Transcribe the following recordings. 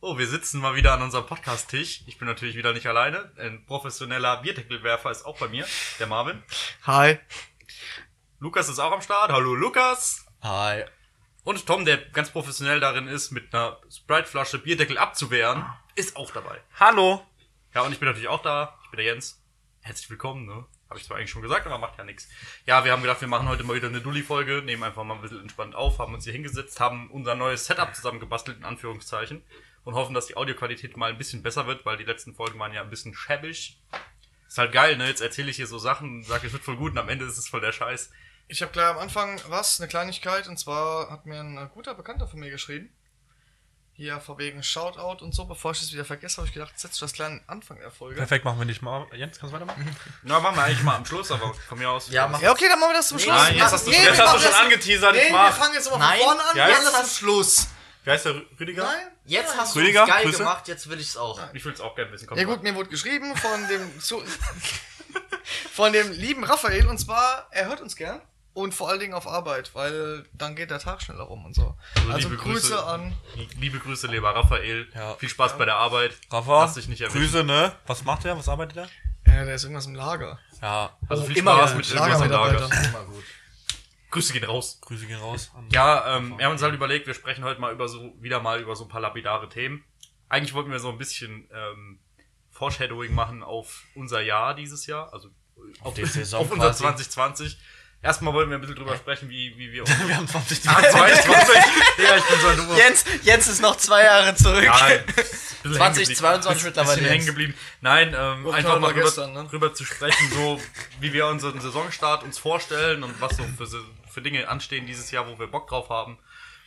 Oh, wir sitzen mal wieder an unserem Podcast-Tisch. Ich bin natürlich wieder nicht alleine. Ein professioneller Bierdeckelwerfer ist auch bei mir, der Marvin. Hi. Lukas ist auch am Start. Hallo Lukas. Hi. Und Tom, der ganz professionell darin ist, mit einer Sprite-Flasche Bierdeckel abzuwehren, ist auch dabei. Hallo. Ja, und ich bin natürlich auch da. Ich bin der Jens. Herzlich willkommen, ne? Habe ich zwar eigentlich schon gesagt, aber macht ja nichts. Ja, wir haben gedacht, wir machen heute mal wieder eine Dulli-Folge, nehmen einfach mal ein bisschen entspannt auf, haben uns hier hingesetzt, haben unser neues Setup zusammengebastelt, in Anführungszeichen, und hoffen, dass die Audioqualität mal ein bisschen besser wird, weil die letzten Folgen waren ja ein bisschen schäbig. Ist halt geil, ne? Jetzt erzähle ich hier so Sachen, und sage, es wird voll gut, und am Ende ist es voll der Scheiß. Ich habe gleich am Anfang was, eine Kleinigkeit, und zwar hat mir ein äh, guter Bekannter von mir geschrieben. Hier vor wegen Shoutout und so, bevor ich das wieder vergesse, habe ich gedacht, setz das kleine Anfang der Folge. Perfekt, machen wir nicht mal. Jens, kannst du weitermachen? Na, machen wir eigentlich mal am Schluss, aber von mir aus. Ja, mach- Ja, okay, dann machen wir das zum Schluss. nein, jetzt hast du- wir jetzt machen das- angeteasert. Nee, wir fangen jetzt aber von Nein. vorne an, Ja, wir jetzt machen das zum Schluss. Wie heißt der Rüdiger? Nein? Jetzt hast du es Rüdiger, geil Grüße. gemacht, jetzt will ich es auch. Ich würde es auch gerne wissen. Kommt Ja gut, mir wurde geschrieben von dem zu von dem lieben Raphael und zwar, er hört uns gern und vor allen Dingen auf Arbeit, weil dann geht der Tag schneller rum und so. Also, Also liebe Grüße, Grüße. an Liebe Grüße, lieber Raphael. Ja. Viel Spaß bei der Arbeit. Rafa, Lass dich nicht erwischen. Grüße, ne? Was macht er? Was arbeitet er? Ja, der ist irgendwas im Lager. Ja, Also viel immer Spaß gut. mit irgendwas am Lager. Lagermitarbeiter. Immer gut. Grüße gehen raus. Grüße gehen raus. an- Ja, ähm, wir haben uns halt überlegt, wir sprechen heute mal über so, wieder mal über so ein paar lapidare Themen. Eigentlich wollten wir so ein bisschen ähm, Foreshadowing machen auf unser Jahr dieses Jahr, also auf, die Saison auf unser quasi. 2020. Erstmal wollten wir ein bisschen drüber sprechen, wie, wie wir uns. Wir haben 20 Ah, 2020! Digga, ich bin so ein dummer. Jens, Jens ist noch zwei Jahre zurück. Ja, nein. Bisschen 2022 hängen geblieben. mittlerweile Bisschen jetzt. hängen geblieben. Nein, ähm, Wochenende einfach mal war drüber, gestern, ne? drüber zu sprechen, so wie wir unseren Saisonstart uns vorstellen und was so für, Se- für Dinge anstehen dieses Jahr, wo wir Bock drauf haben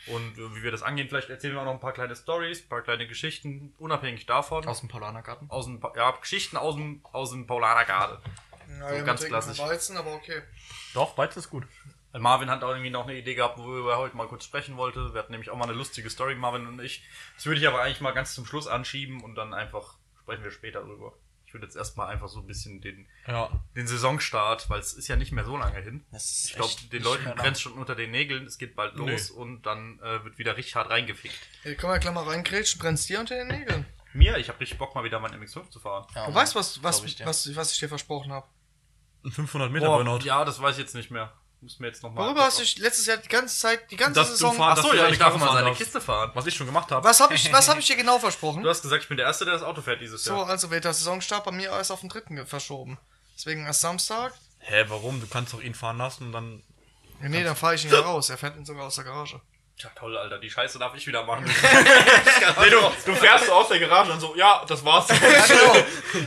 und äh, wie wir das angehen. Vielleicht erzählen wir auch noch ein paar kleine Stories, ein paar kleine Geschichten, unabhängig davon. Aus, dem Paulanergarten. dem, Pa- ja, Geschichten aus dem, aus dem Paulanergarde. Ja, So wir ganz trinken klassisch. Weizen, aber okay. Doch, Weizen ist gut. Weil Marvin hat auch irgendwie noch eine Idee gehabt, worüber er heute mal kurz sprechen wollte. Wir hatten nämlich auch mal eine lustige Story, Marvin und ich. Das würde ich aber eigentlich mal ganz zum Schluss anschieben und dann einfach sprechen wir später drüber. Ich würde jetzt erstmal einfach so ein bisschen den, Ja. den Saisonstart, weil es ist ja nicht mehr so lange hin. Das ist Ich glaube, echt den nicht Leuten mehr lang. brennt schon unter den Nägeln, es geht bald los und dann äh, wird wieder richtig hart reingefickt. Hier können wir gleich mal reingrätschen, brennst dir unter den Nägeln. Mir, ich habe richtig Bock, mal wieder mein MX5 zu fahren. Ja, Du weißt, was, was, glaub ich dir. was, was ich dir versprochen habe. Ein 500 Meter Boah, Burnout. ja, das weiß ich jetzt nicht mehr. Muss mir jetzt nochmal. Worüber hast du dich letztes Jahr die ganze Zeit, die ganze Dass du Saison... fahren- Achso, dass du ja, deine ich darf Karre mal fahren seine darfst? Kiste fahren. Was ich schon gemacht habe. was habe ich, was hab ich dir genau versprochen? Du hast gesagt, ich bin der Erste, der das Auto fährt dieses so, Jahr. also wird der Saisonstart bei mir alles auf den dritten ge- verschoben. Deswegen erst Samstag. Hä, warum? Du kannst doch ihn fahren lassen und dann. Ja, nee, dann fahre ich ihn ja raus. Er fährt ihn sogar aus der Garage. Tja, toll, Alter, die Scheiße darf ich wieder machen. Nee, du, du fährst aus der Garage und so, ja, das war's.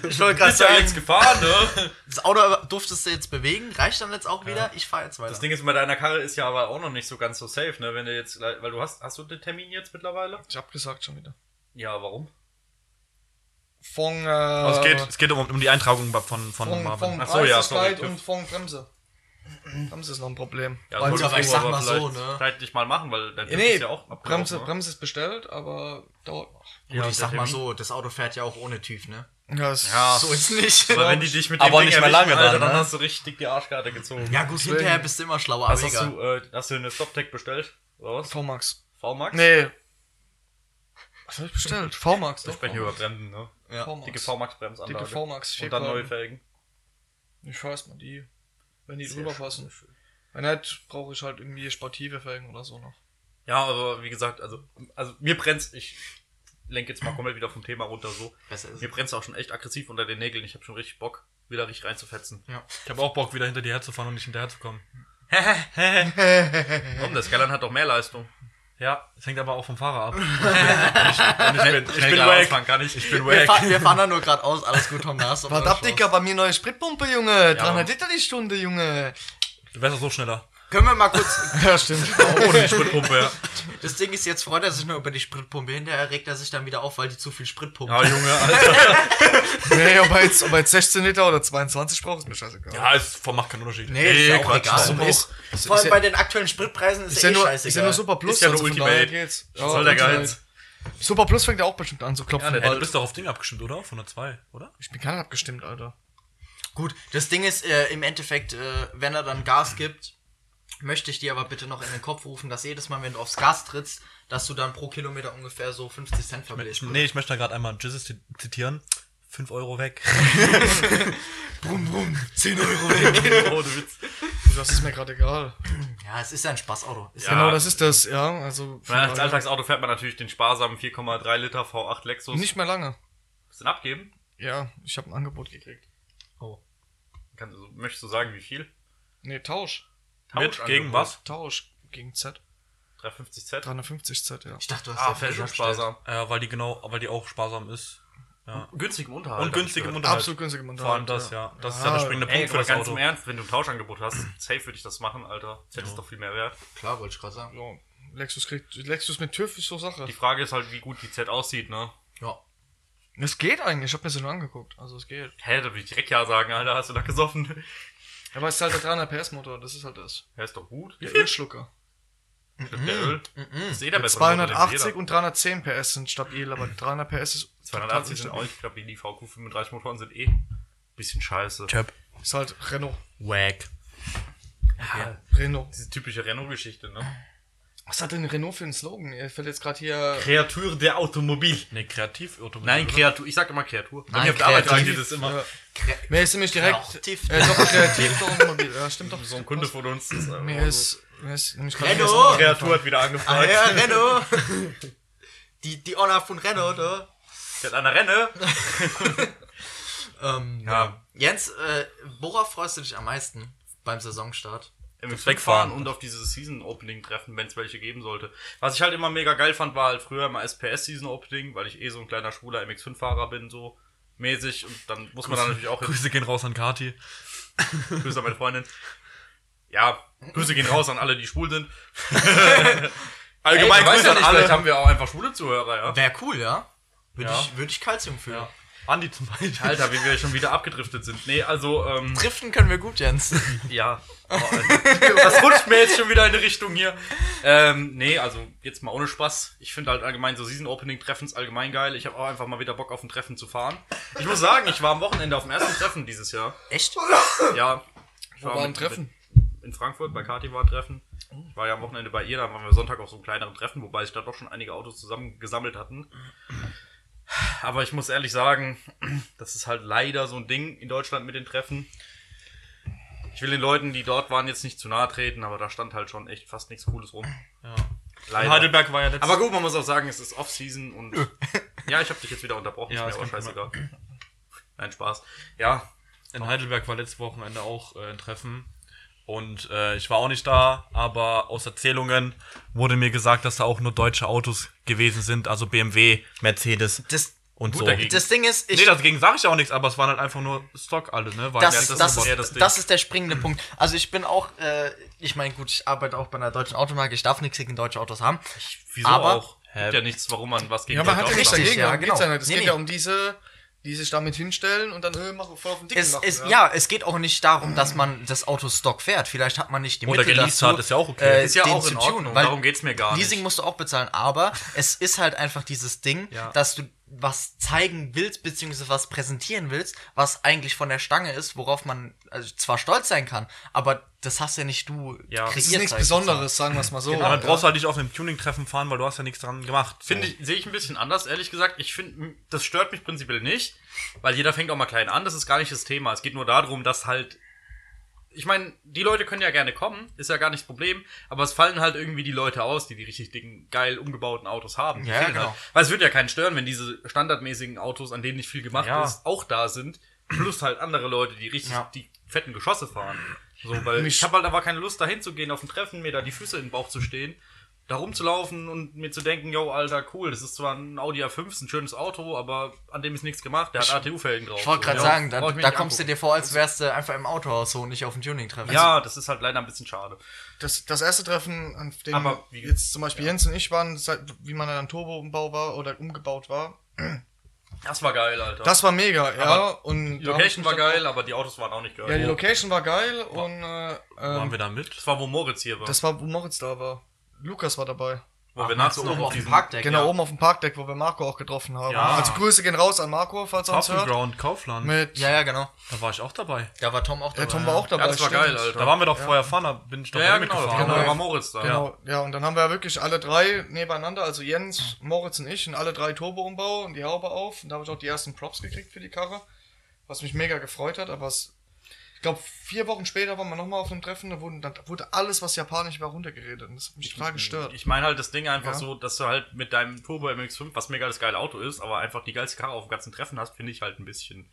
Ich wollte gerade Ist ja sagen, jetzt gefahren, ne? das Auto durftest du jetzt bewegen, reicht dann jetzt auch wieder. Ich fahre jetzt weiter. Das Ding ist, bei deiner Karre ist ja aber auch noch nicht so ganz so safe, ne? Wenn du jetzt, gleich- weil du hast, hast du den Termin jetzt mittlerweile? Ich hab gesagt schon wieder. Ja, warum? Von, äh, es, geht, es geht um, um die Eintragung von, von von, von Marvin. Ach so, ja, sorry, Preislichkeit TÜV. und von Bremse. Bremse ist noch ein Problem. Ja, Wollte solltest aber du ich sag mal vielleicht- so, ne? Vielleicht nicht mal machen, weil dein Ja, Tipp nee, ist ja auch abgelaufen, Bremse, ne? Bremse ist bestellt, aber dauert noch. Gut, Ja, ich der sag mal Termin. so, das Auto fährt ja auch ohne TÜV, ne? Ja, es Ja. So ist nicht. Aber wenn die dich mit Aber dem Ding nicht mehr lange erwischen, Alter, dann, dann ne? hast du richtig die Arschkarte gezogen. ja gut, Deswegen- hinterher bist du immer schlauer, was aber hast egal. du, äh, hast du eine Stoptech bestellt? Oder was? V-Max. VMAX? Nee. Was hab ich bestellt? V-Max, Wir doch. sprechen hier über Bremsen, ne? Ja. V-Max. Dicke VMAX-Bremsanlage. Dicke V-Max. Und dann neue Felgen. Ich weiß mal, die. Wenn die Sehr drüber schön, passen. Wenn nicht, brauche ich halt irgendwie sportive Felgen oder so noch. Ja, aber wie gesagt, also, also mir brennt's, ich lenke jetzt mal komplett wieder vom Thema runter so. Besser ist Mir brennt's auch schon echt aggressiv unter den Nägeln. Ich habe schon richtig Bock, wieder richtig reinzufetzen. Ich habe auch Bock, wieder hinter dir herzufahren und nicht hinterher zu kommen. Warum? Das Gallern hat doch mehr Leistung. Ja, es hängt aber auch vom Fahrer ab. Ich bin wack. Kann ich. ich bin wir, wack. fahren, wir fahren da nur gerade aus, alles gut, Tom, da hast du Was noch ab, eine Dicker? Bei mir neue Spritpumpe, Junge. 300 300 Liter die Stunde, Junge. Du wärst doch so schneller. Chance. Können wir mal kurz. Ja, stimmt. Ohne die Spritpumpe, ja. Das Ding ist, jetzt freut er sich nur über die Spritpumpe. Hinterher regt er sich dann wieder auf, weil die zu viel Spritpumpe. Ja, Junge, Alter. nee, ob er, jetzt, ob er jetzt 16 Liter oder 22 braucht, ist mir scheißegal. Ja, es vom- macht keinen Unterschied. Nee, ist ja auch Quatsch, egal. warum? Ist- ist- Vor ist ja- allem bei den aktuellen Spritpreisen ist, Ist ja ja, eh nur, scheißegal. ist ja nur Super Ist Plus. also ja nur von Ultimate. daher Geht's. Ja, soll der Ultimate. Geiz? Super Plus fängt ja auch bestimmt an zu klopfen. Ja, Ey, du bald. bist doch auf Ding abgestimmt, oder? Auf 102, oder? ich bin keiner abgestimmt, Alter. Gut, das Ding ist, äh, im Endeffekt, äh, wenn er dann Gas gibt, möchte ich dir aber bitte noch in den Kopf rufen, dass jedes Mal, wenn du aufs Gas trittst, dass du dann pro Kilometer ungefähr so 50 Cent verlierst. Nee, ich möchte da gerade einmal Jesus zi- zitieren. 5 Euro weg. Brumm, brumm, 10 Euro. Ohne Witz. Das ist mir gerade egal. Ja, es ist ein Spaßauto. Ist Ja. Genau, das ist das, ja. Also Und als Alltagsauto fährt man natürlich den sparsamen 4,3 Liter V8 Lexus. nicht mehr lange. Bisschen abgeben. Ja, ich habe ein Angebot gekriegt. Kannst du- also, möchtest du sagen, wie viel? Nee, Tausch. Tausch gegen angeboten. was? Tausch gegen Z. 350 Z. 350 Z, ja. Ich dachte, du hast Ah, den Preis abgestellt. sparsam. Äh, weil die genau, weil die auch sparsam ist. Günstigem Unterhalt. Und günstig im Unterhalt. Unterhalt. Absolut günstig im Vor allem Unterhalt, das, ja. Das ist Ja. ja der springende Punkt Ey, für aber das ganz im Auto. Ernst, wenn du ein Tauschangebot hast, safe würde ich das machen, Alter. Z ist doch viel mehr wert. ne? Klar, wollte ich gerade sagen. Ja, Lexus kriegt. Lexus mit TÜV ist so Sache. Die Frage ist halt, wie gut die Z aussieht, ne? Ja. Es geht eigentlich, ich habe mir sie nur angeguckt. Also es geht. Hä, da würde ich direkt ja sagen, Alter, hast du da gesoffen? Aber es ist halt der 300 PS Motor, das ist halt das. Ja, ist doch gut. Der Ölschlucker. Der Öl. Das ist jeder besser. 280 und 310 PS sind stabil, aber 300 PS ist. 280 sind total auch, ich glaube, die VQ35 Motoren sind eh ein bisschen scheiße. Chap. instabil. Ist halt Renault. Wack. Ja, Renault. diese typische Renault-Geschichte, ne? Was hat denn Renault für einen Slogan? Er fällt jetzt gerade hier. Kreatur der Automobil. Nee, kreativ Nein, Kreatur. Ich sag immer Kreatur. Wenn Nein, ich auf der Arbeit Kreativ. sagen die das immer. Ja. Mir ist nämlich direkt. Kreativ. Äh, doch, kreativ, doch, Automobil. Ja, stimmt doch. So ein Kunde von uns. Ist Mir ist. Mir ist nämlich gerade. Renault! mir ist- Kreatur hat wieder Ah, angefragt. ja, Renault. die, die Honor von Renault, oder? Ich hatte eine Renne. Ähm, Ja. Jens, äh, worauf freust du dich am meisten beim Saisonstart? MX Wegfahren. wegfahren und auf dieses Season-Opening-Treffen, wenn es welche geben sollte. Was ich halt immer mega geil fand, war halt früher immer SPS-Season-Opening, weil ich eh so ein kleiner schwuler MX5-Fahrer bin, so mäßig. Und dann muss man da natürlich auch hin. Grüße gehen raus an Kati. Grüße an meine Freundin. Ja, Grüße gehen raus an alle, die schwul sind. Allgemein Grüße Ey, man weiß ja an nicht, Vielleicht alle. haben wir auch einfach schwule Zuhörer, ja. Wäre cool, ja? Würde Ja. ich, würd ich Calcium fühlen. Andi zum Beispiel. Alter, wie wir schon wieder abgedriftet sind. Nee, also, ähm, Driften können wir gut, Jens. ja. Oh, Alter. Das rutscht mir jetzt schon wieder in die Richtung hier. Ähm, nee, also jetzt mal ohne Spaß. Ich finde halt allgemein so Season-Opening-Treffens allgemein geil. Ich habe auch einfach mal wieder Bock auf ein Treffen zu fahren. Ich muss sagen, ich war am Wochenende auf dem ersten Treffen dieses Jahr. Echt? Äh. Ja. Ich Wo war ein Treffen? Mit, in Frankfurt, bei Kati war ein Treffen. Ich war ja am Wochenende bei ihr, dann waren wir Sonntag auf so einem kleineren Treffen, wobei sich da doch schon einige Autos zusammen gesammelt hatten. Aber ich muss ehrlich sagen, das ist halt leider so ein Ding in Deutschland mit den Treffen. Ich will den Leuten, die dort waren, jetzt nicht zu nahe treten, aber da stand halt schon echt fast nichts Cooles rum. Ja. In Leider. Heidelberg war ja letztes Aber gut, man muss auch sagen, es ist Off-Season und. ja, ich habe dich jetzt wieder unterbrochen, Ja, ist das mir aber kann ich scheißegal. Nein, Spaß. Ja, In Heidelberg war letztes Wochenende auch äh, ein Treffen. Und äh, ich war auch nicht da, aber aus Erzählungen wurde mir gesagt, dass da auch nur deutsche Autos gewesen sind, also BMW, Mercedes Das, und gut, so. dagegen- das Ding ist, ich, nee, dagegen sage ich auch nichts, aber es waren halt einfach nur Stock alle, ne? Weil das, der- ist, ist das, aber ist, eher das, das ist, Ding. der springende Punkt. Also ich bin auch, äh, ich meine, gut, ich arbeite auch bei einer deutschen Automarke, ich darf nichts gegen deutsche Autos haben. wieso Aber- auch? Gibt ja nichts, warum man was gegen Ja, man Leute hat aufstand. ja nichts dagegen. Richtig, ja, darum geht's genau. ja nicht. Es Nee, geht nee. ja um diese, die sich damit hinstellen und dann äh, machen voll auf den Dicken Es, machen. es, ja, es geht auch nicht darum, dass man das Auto Stock fährt. Vielleicht hat man nicht die Oder Mittel geleast dazu. hat, ist ja auch okay. äh, ist ja den auch zu in tunen, Ordnung, weil darum geht's mir gar Leasing nicht. musst du auch bezahlen, aber es ist halt einfach dieses Ding, Ja. dass du was zeigen willst, beziehungsweise was präsentieren willst, was eigentlich von der Stange ist, worauf man also zwar stolz sein kann, aber das hast ja nicht du Ja. kreiert. Es ist nichts sag ich Besonderes, sagen wir es mal so. Aber dann Ja. brauchst du halt nicht auf einem Tuning-Treffen fahren, weil du hast ja nichts dran gemacht. So. Finde ich, sehe ich ein bisschen anders, ehrlich gesagt. Ich finde, das stört mich prinzipiell nicht, weil jeder fängt auch mal klein an. Das ist gar nicht das Thema. Es geht nur darum, dass halt. Ich meine, die Leute können ja gerne kommen, ist ja gar nicht das Problem, aber es fallen halt irgendwie die Leute aus, die die richtig dicken, geil umgebauten Autos haben. Die Ja, fehlen genau. Halt. Weil es wird ja keinen stören, wenn diese standardmäßigen Autos, an denen nicht viel gemacht Ja. ist, auch da sind, plus halt andere Leute, die richtig Ja. die fetten Geschosse fahren. So, weil Mich- ich habe halt aber keine Lust, dahin zu gehen, auf ein Treffen, mir da die Füße in den Bauch zu stehen, da rumzulaufen und mir zu denken, yo, Alter, cool, das ist zwar ein Audi A5, ist ein schönes Auto, aber an dem ist nichts gemacht, der hat ATU-Felgen drauf. Ich wollte gerade So, ja, sagen, da, brauch ich mich da nicht kommst du angucken. dir vor, als wärst du einfach im Autohaus so und nicht auf dem Tuning-Treffen. Ja, das ist halt leider ein bisschen schade. Das, das erste Treffen, an dem Aber wie- jetzt zum Beispiel Jens und ich waren, seit- wie man dann Turbo-Umbau war oder umgebaut war, Das war geil, Alter. das war mega, ja. Aber Und die da Location war hab ich mich geil, aber die Autos waren auch nicht geil. dann- Ja, die Location war geil und äh, Waren ähm, wir da mit? das war, wo Moritz hier war. das war, wo Moritz da war. Lukas war dabei. Wo wir Ach, nachher meinst du oben oben auf auf dem diesem Parkdeck, Genau, ja. oben auf dem Parkdeck, wo wir Marco auch getroffen haben. Ja. Also Grüße gehen raus an Marco, falls er uns Coffee hört. Ground Kaufland. Mit Ja, ja, genau. Da war ich auch dabei. Da war Tom auch ja, dabei. Tom war auch dabei. Ja, das war stimmt. geil, Alter. Da waren wir doch vorher fahren, da bin ich doch ja, ja, auch genau, mitgefahren. genau. Da Genau. war Moritz da. Genau, ja. und dann haben wir ja wirklich alle drei nebeneinander, also Jens, Moritz und ich, und alle drei Turbo-Umbau und die Haube auf. Und da habe ich auch die ersten Props gekriegt für die Karre, was mich mega gefreut hat. Aber es, ich glaube, vier Wochen später waren wir nochmal auf einem Treffen, da, wurden, da wurde alles, was japanisch war, runtergeredet. Und das hat mich total gestört. Ich meine halt das Ding einfach Ja. so, dass du halt mit deinem Turbo MX5, was mega das geile Auto ist, aber einfach die geilste Karre auf dem ganzen Treffen hast, finde ich halt ein bisschen.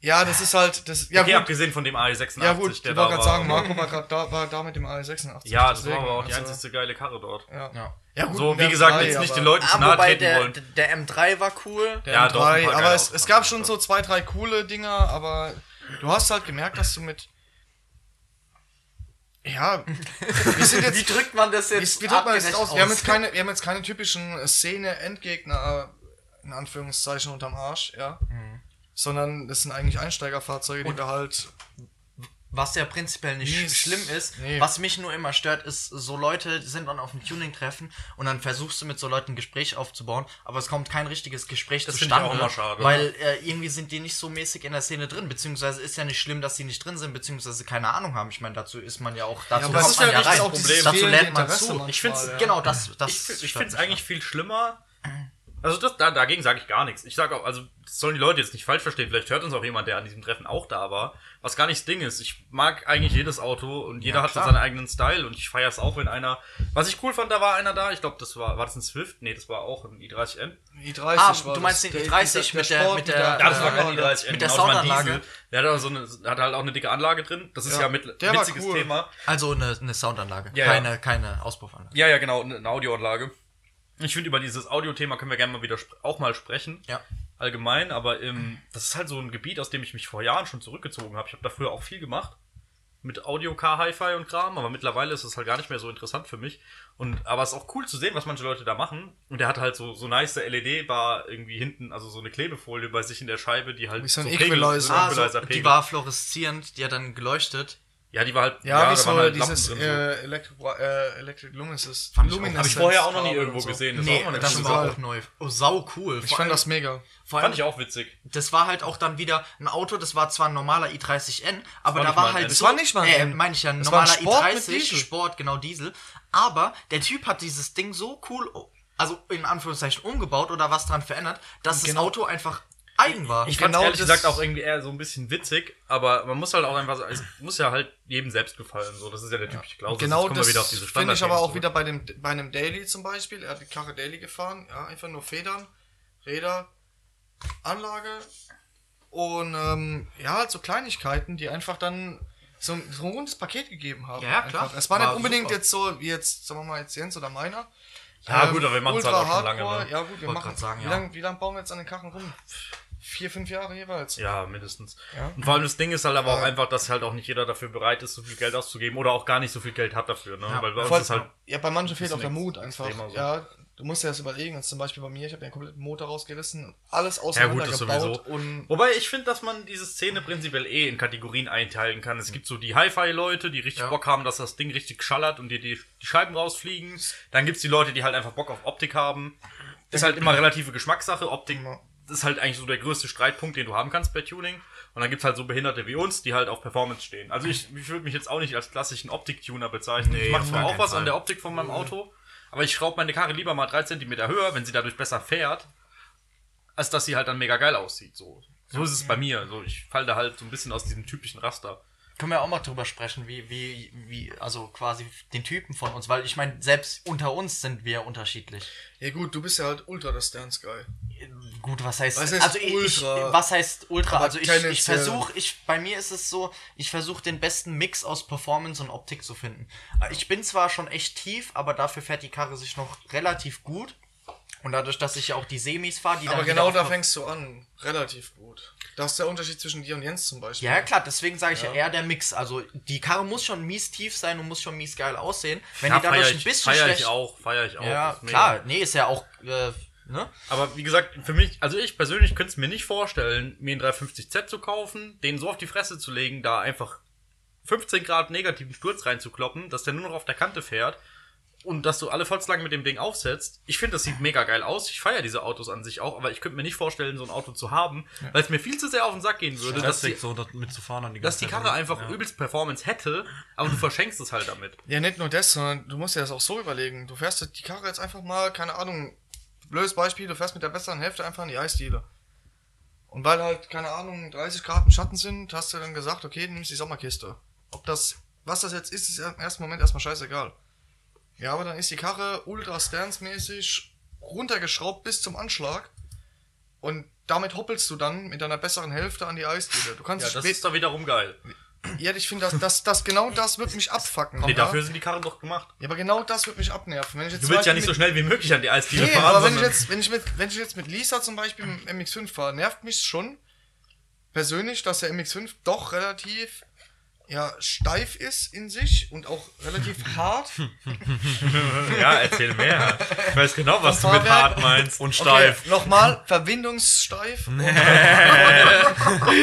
Ja, das ist halt, das, ja okay, gut, abgesehen von dem AE86, ja gut, ich der wollte da gerade war. ne? sagen, Marco war gerade da, war da mit dem AE86. ja, das war deswegen, aber auch die also, einzigste geile Karre dort. Ja. Ja. ja gut, so, wie wir gesagt, drei, jetzt nicht aber- den Leuten zu Ah, nahe wobei treten der, wollen. der M3 war cool. Der Ja, M3, doch, ein paar aber geile es, Autos es gab waren schon da. so zwei, drei coole Dinger, aber du hast halt gemerkt, dass du mit. Ja, wir sind Wie jetzt. drückt man das wie, jetzt wie drückt man das jetzt artgerecht aus? Wir haben jetzt keine, wir haben jetzt keine typischen äh, Szene, Endgegner, äh, in Anführungszeichen, unterm Arsch, ja. Sondern das sind eigentlich Einsteigerfahrzeuge, die wir halt. Was ja prinzipiell nicht Nee, sch- schlimm ist. nee. Was mich nur immer stört, ist, so Leute sind dann auf dem Tuning-Treffen und dann versuchst du mit so Leuten ein Gespräch aufzubauen, aber es kommt kein richtiges Gespräch Das finde ich zustande. auch ne? immer schade. Weil äh, irgendwie sind die nicht so mäßig in der Szene drin, beziehungsweise ist ja nicht schlimm, dass die nicht drin sind, beziehungsweise keine Ahnung haben. Ich meine, dazu ist man ja auch, dazu aber kommt das ist man ja ja, nicht rein. auch dieses dazu fehlende lernt man Interesse zu. ich manchmal, finde ja. genau das, das Ich, fi- ich stört finde es mich eigentlich viel schlimmer. Also das, da, dagegen sage ich gar nichts. Ich sage auch, also das sollen die Leute jetzt nicht falsch verstehen. Vielleicht hört uns auch jemand, der an diesem Treffen auch da war. Was gar nicht das Ding ist. Ich mag eigentlich jedes Auto und jeder hat so seinen eigenen Style und ich feiere es auch, wenn einer. Was ich cool fand, da war einer da. Ich glaube, das war war das ein Swift? Nee, das war auch ein i30N. i30 Ah, war du meinst das, den i30 mit der- mit der- Ja, Äh, das war Ja, kein i30N. mit der genau, das war ein Soundanlage. Diesel. Der hat, auch so eine, hat halt auch eine dicke Anlage drin. Das ist Ja, ja, mit, der war witziges cool. Thema. Also eine, eine Soundanlage, Ja, ja. keine, keine Auspuffanlage. Ja, ja, genau, eine eine Audioanlage. Ich finde, über dieses Audio-Thema können wir gerne mal wieder spr- auch mal sprechen. Ja. Allgemein, aber ähm, das ist halt so ein Gebiet, aus dem ich mich vor Jahren schon zurückgezogen habe. Ich habe da früher auch viel gemacht. Mit Audio, Car, Hi-Fi und Kram, aber mittlerweile ist es halt gar nicht mehr so interessant für mich. Und, aber es ist auch cool zu sehen, was manche Leute da machen. Und der hat halt so, so nice LED-Bar irgendwie hinten, also so eine Klebefolie bei sich in der Scheibe, die halt. Wie so ein Pegel- Equalizer. ein Ah, so, Equalizer-Pegel. die war fluoreszierend, die hat dann geleuchtet. ja, die war halt. Ja, wie da so waren halt Lampen dieses drin, so. äh, Electric, äh, Electric Luminescence. Fand ich auch- Habe ich vorher auch noch nie irgendwo gesehen. Das war auch mal eine das coole war Sache. auch neu. Oh, sau cool. Ich fand das mega. vor allem, Fand ich auch witzig. das war halt auch dann wieder ein Auto, das war zwar ein normaler i30N, aber war da nicht mal war ein halt N. so, Das war nicht mal ein äh, N. meine ich ja, ein Das war ein normaler Sport mit i30, Diesel. Sport, genau Diesel, aber der Typ hat dieses Ding so cool, also in Anführungszeichen umgebaut oder was dran verändert, dass das Auto einfach eigen war. Ich Genau fand ehrlich das- gesagt auch irgendwie eher so ein bisschen witzig, aber man muss halt auch einfach sagen, es muss ja halt jedem selbst gefallen. So, das ist ja der typische Klaus. Genau das wieder auf diese finde ich aber Standardthemen auch zurück. wieder bei, dem, bei einem Daily zum Beispiel. Er hat die Karre Daily gefahren, ja, einfach nur Federn, Räder, Anlage und ähm, ja, halt so Kleinigkeiten, die einfach dann so, ein- so ein rundes Paket gegeben haben. Ja, ja, klar. Einfach. Es war, War nicht unbedingt super. jetzt so, wie jetzt, sagen wir mal, jetzt Jens oder meiner. Ähm, Ja, gut, aber wir machen's halt ultra auch schon lange, hardcore. ne? Ja, gut, wir Wollt machen. grad sagen, wie ja. lange lang bauen wir jetzt an den Karren rum? Vier, fünf Jahre jeweils. Ja, mindestens. Ja. Und vor allem das Ding ist halt aber auch einfach, dass halt auch nicht jeder dafür bereit ist, so viel Geld auszugeben oder auch gar nicht so viel Geld hat dafür. Ne? Weil bei uns Voll, ist halt. ja, bei manchen fehlt auch der ex- Mut einfach. extremer so. Ja, du musst dir das überlegen. Also zum Beispiel bei mir, ich habe den kompletten Motor rausgerissen, alles Ja, gut, auseinandergebaut das sowieso. und Wobei ich finde, dass man diese Szene prinzipiell eh in Kategorien einteilen kann. Hm. Es gibt so die Hi-Fi-Leute, die richtig Ja. Bock haben, dass das Ding richtig schallert und dir die, die Scheiben rausfliegen. Dann gibt's die Leute, die halt einfach Bock auf Optik haben. Ist halt immer relative Geschmackssache. Optik Ja. ist halt eigentlich so der größte Streitpunkt, den du haben kannst bei Tuning. Und dann gibt's halt so Behinderte wie uns, die halt auf Performance stehen. Also ich, ich würde mich jetzt auch nicht als klassischen Optik-Tuner bezeichnen. ich mache auf zwar gar auch keinen was Fall. an der Optik von Mhm. meinem Auto, aber ich schraube meine Karre lieber mal drei Zentimeter höher, wenn sie dadurch besser fährt als dass sie halt dann mega geil aussieht. So, so ist es bei mir. So, ich falle da halt so ein bisschen aus diesem typischen Raster. Können wir auch mal drüber sprechen, wie, wie, wie, also quasi den Typen von uns, weil ich meine, selbst unter uns sind wir unterschiedlich. Ja gut, du bist ja halt ultra der Stance Guy. Gut, was heißt, Was heißt also ich, Ultra? Ich, was heißt Ultra? Aber also ich, ich tendenziell. versuche, ich bei mir ist es so, ich versuche den besten Mix aus Performance und Optik zu finden. Ich bin zwar schon echt tief, aber dafür fährt die Karre sich noch relativ gut und dadurch, dass ich ja auch die Semis fahre, die Aber dann wieder genau auf da Perf- fängst du an. Relativ gut. Das ist der Unterschied zwischen dir und Jens zum Beispiel. ja, klar, deswegen sage ich ja. eher der Mix. Also, die Karre muss schon mies tief sein und muss schon mies geil aussehen. Wenn die dadurch ein bisschen feier schlecht ich auch, feier ich auch. Ja, Das ist mega. klar. Nee, ist ja auch, äh, ne? Aber wie gesagt, für mich, also ich persönlich könnte es mir nicht vorstellen, mir einen 350Z zu kaufen, den so auf die Fresse zu legen, da einfach 15 Grad negativen Sturz reinzukloppen, dass der nur noch auf der Kante fährt und dass du alle Volkslagen mit dem Ding aufsetzt. Ich finde, das sieht mega geil aus. Ich feiere diese Autos an sich auch, aber ich könnte mir nicht vorstellen, so ein Auto zu haben, weil es mir viel zu sehr auf den Sack gehen würde, dass die, Stressig, so da- mitzufahren an die dass die Zeit. Karre einfach übelst Performance hätte, aber du verschenkst es halt damit. Ja, nicht nur das, sondern du musst dir das auch so überlegen. Du fährst die Karre jetzt einfach mal, keine Ahnung, blödes Beispiel, du fährst mit der besseren Hälfte einfach in die Eisdiele. Und weil halt, keine Ahnung, 30 Grad im Schatten sind, hast du dann gesagt, okay, nimmst die Sommerkiste. Ob das, was das jetzt ist, ist im ersten Moment erstmal scheißegal. Ja, aber dann ist die Karre ultra stance-mäßig runtergeschraubt bis zum Anschlag. Und damit hoppelst du dann mit deiner besseren Hälfte an die Eisdiele. Du kannst Ja, das spä- ist doch wiederum geil. ja, ich finde, das, das, das, genau das wird mich abfacken. Nee, ja? dafür sind die Karren doch gemacht. Ja, aber genau das wird mich abnerven. Wenn ich jetzt Du zum willst ja Beispiel nicht so mit- schnell wie möglich an die Eisdiele Nee, fahren. aber wenn ich, sondern- jetzt, wenn, ich mit, wenn ich jetzt mit Lisa zum Beispiel im MX5 fahre, nervt mich schon persönlich, dass der MX5 doch relativ ja, steif ist in sich und auch relativ hart. ja, erzähl mehr. Ich weiß genau, was Vom Fahrwerk. meinst. Und Okay, nochmal, verbindungssteif.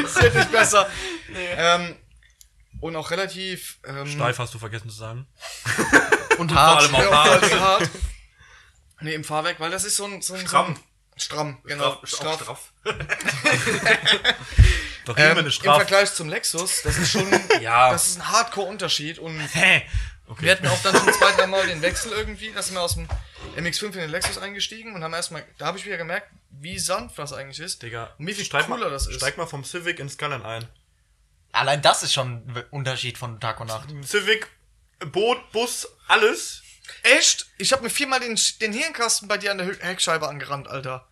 ist jetzt nicht besser. Ähm, und auch relativ ähm, Hm. Steif hast du vergessen zu sagen. Und hart. allem auch Ja, hart. relativ hart. Nee, im Fahrwerk, weil das ist so ein. So ein Stramm. So ein, stramm, genau. straff. Doch Ähm, ähm, eine Im Strafe. Vergleich zum Lexus, das ist schon Ja. das ist ein Hardcore-Unterschied. Und Ah, Hä? Okay. wir hatten auch dann zum zweiten Mal den Wechsel irgendwie, dass wir aus dem MX5 in den Lexus eingestiegen und haben erstmal, da habe ich wieder gemerkt, wie sanft das eigentlich ist. Digga, Und wie viel steig cooler mal, das ist. Steig mal vom Civic ins Skyline ein. Allein das ist schon ein Unterschied von Tag und Nacht. Civic, Boot, Bus, alles. Echt? Ich habe mir viermal den, den Hirnkasten bei dir an der Hö- Heckscheibe angerannt, Alter.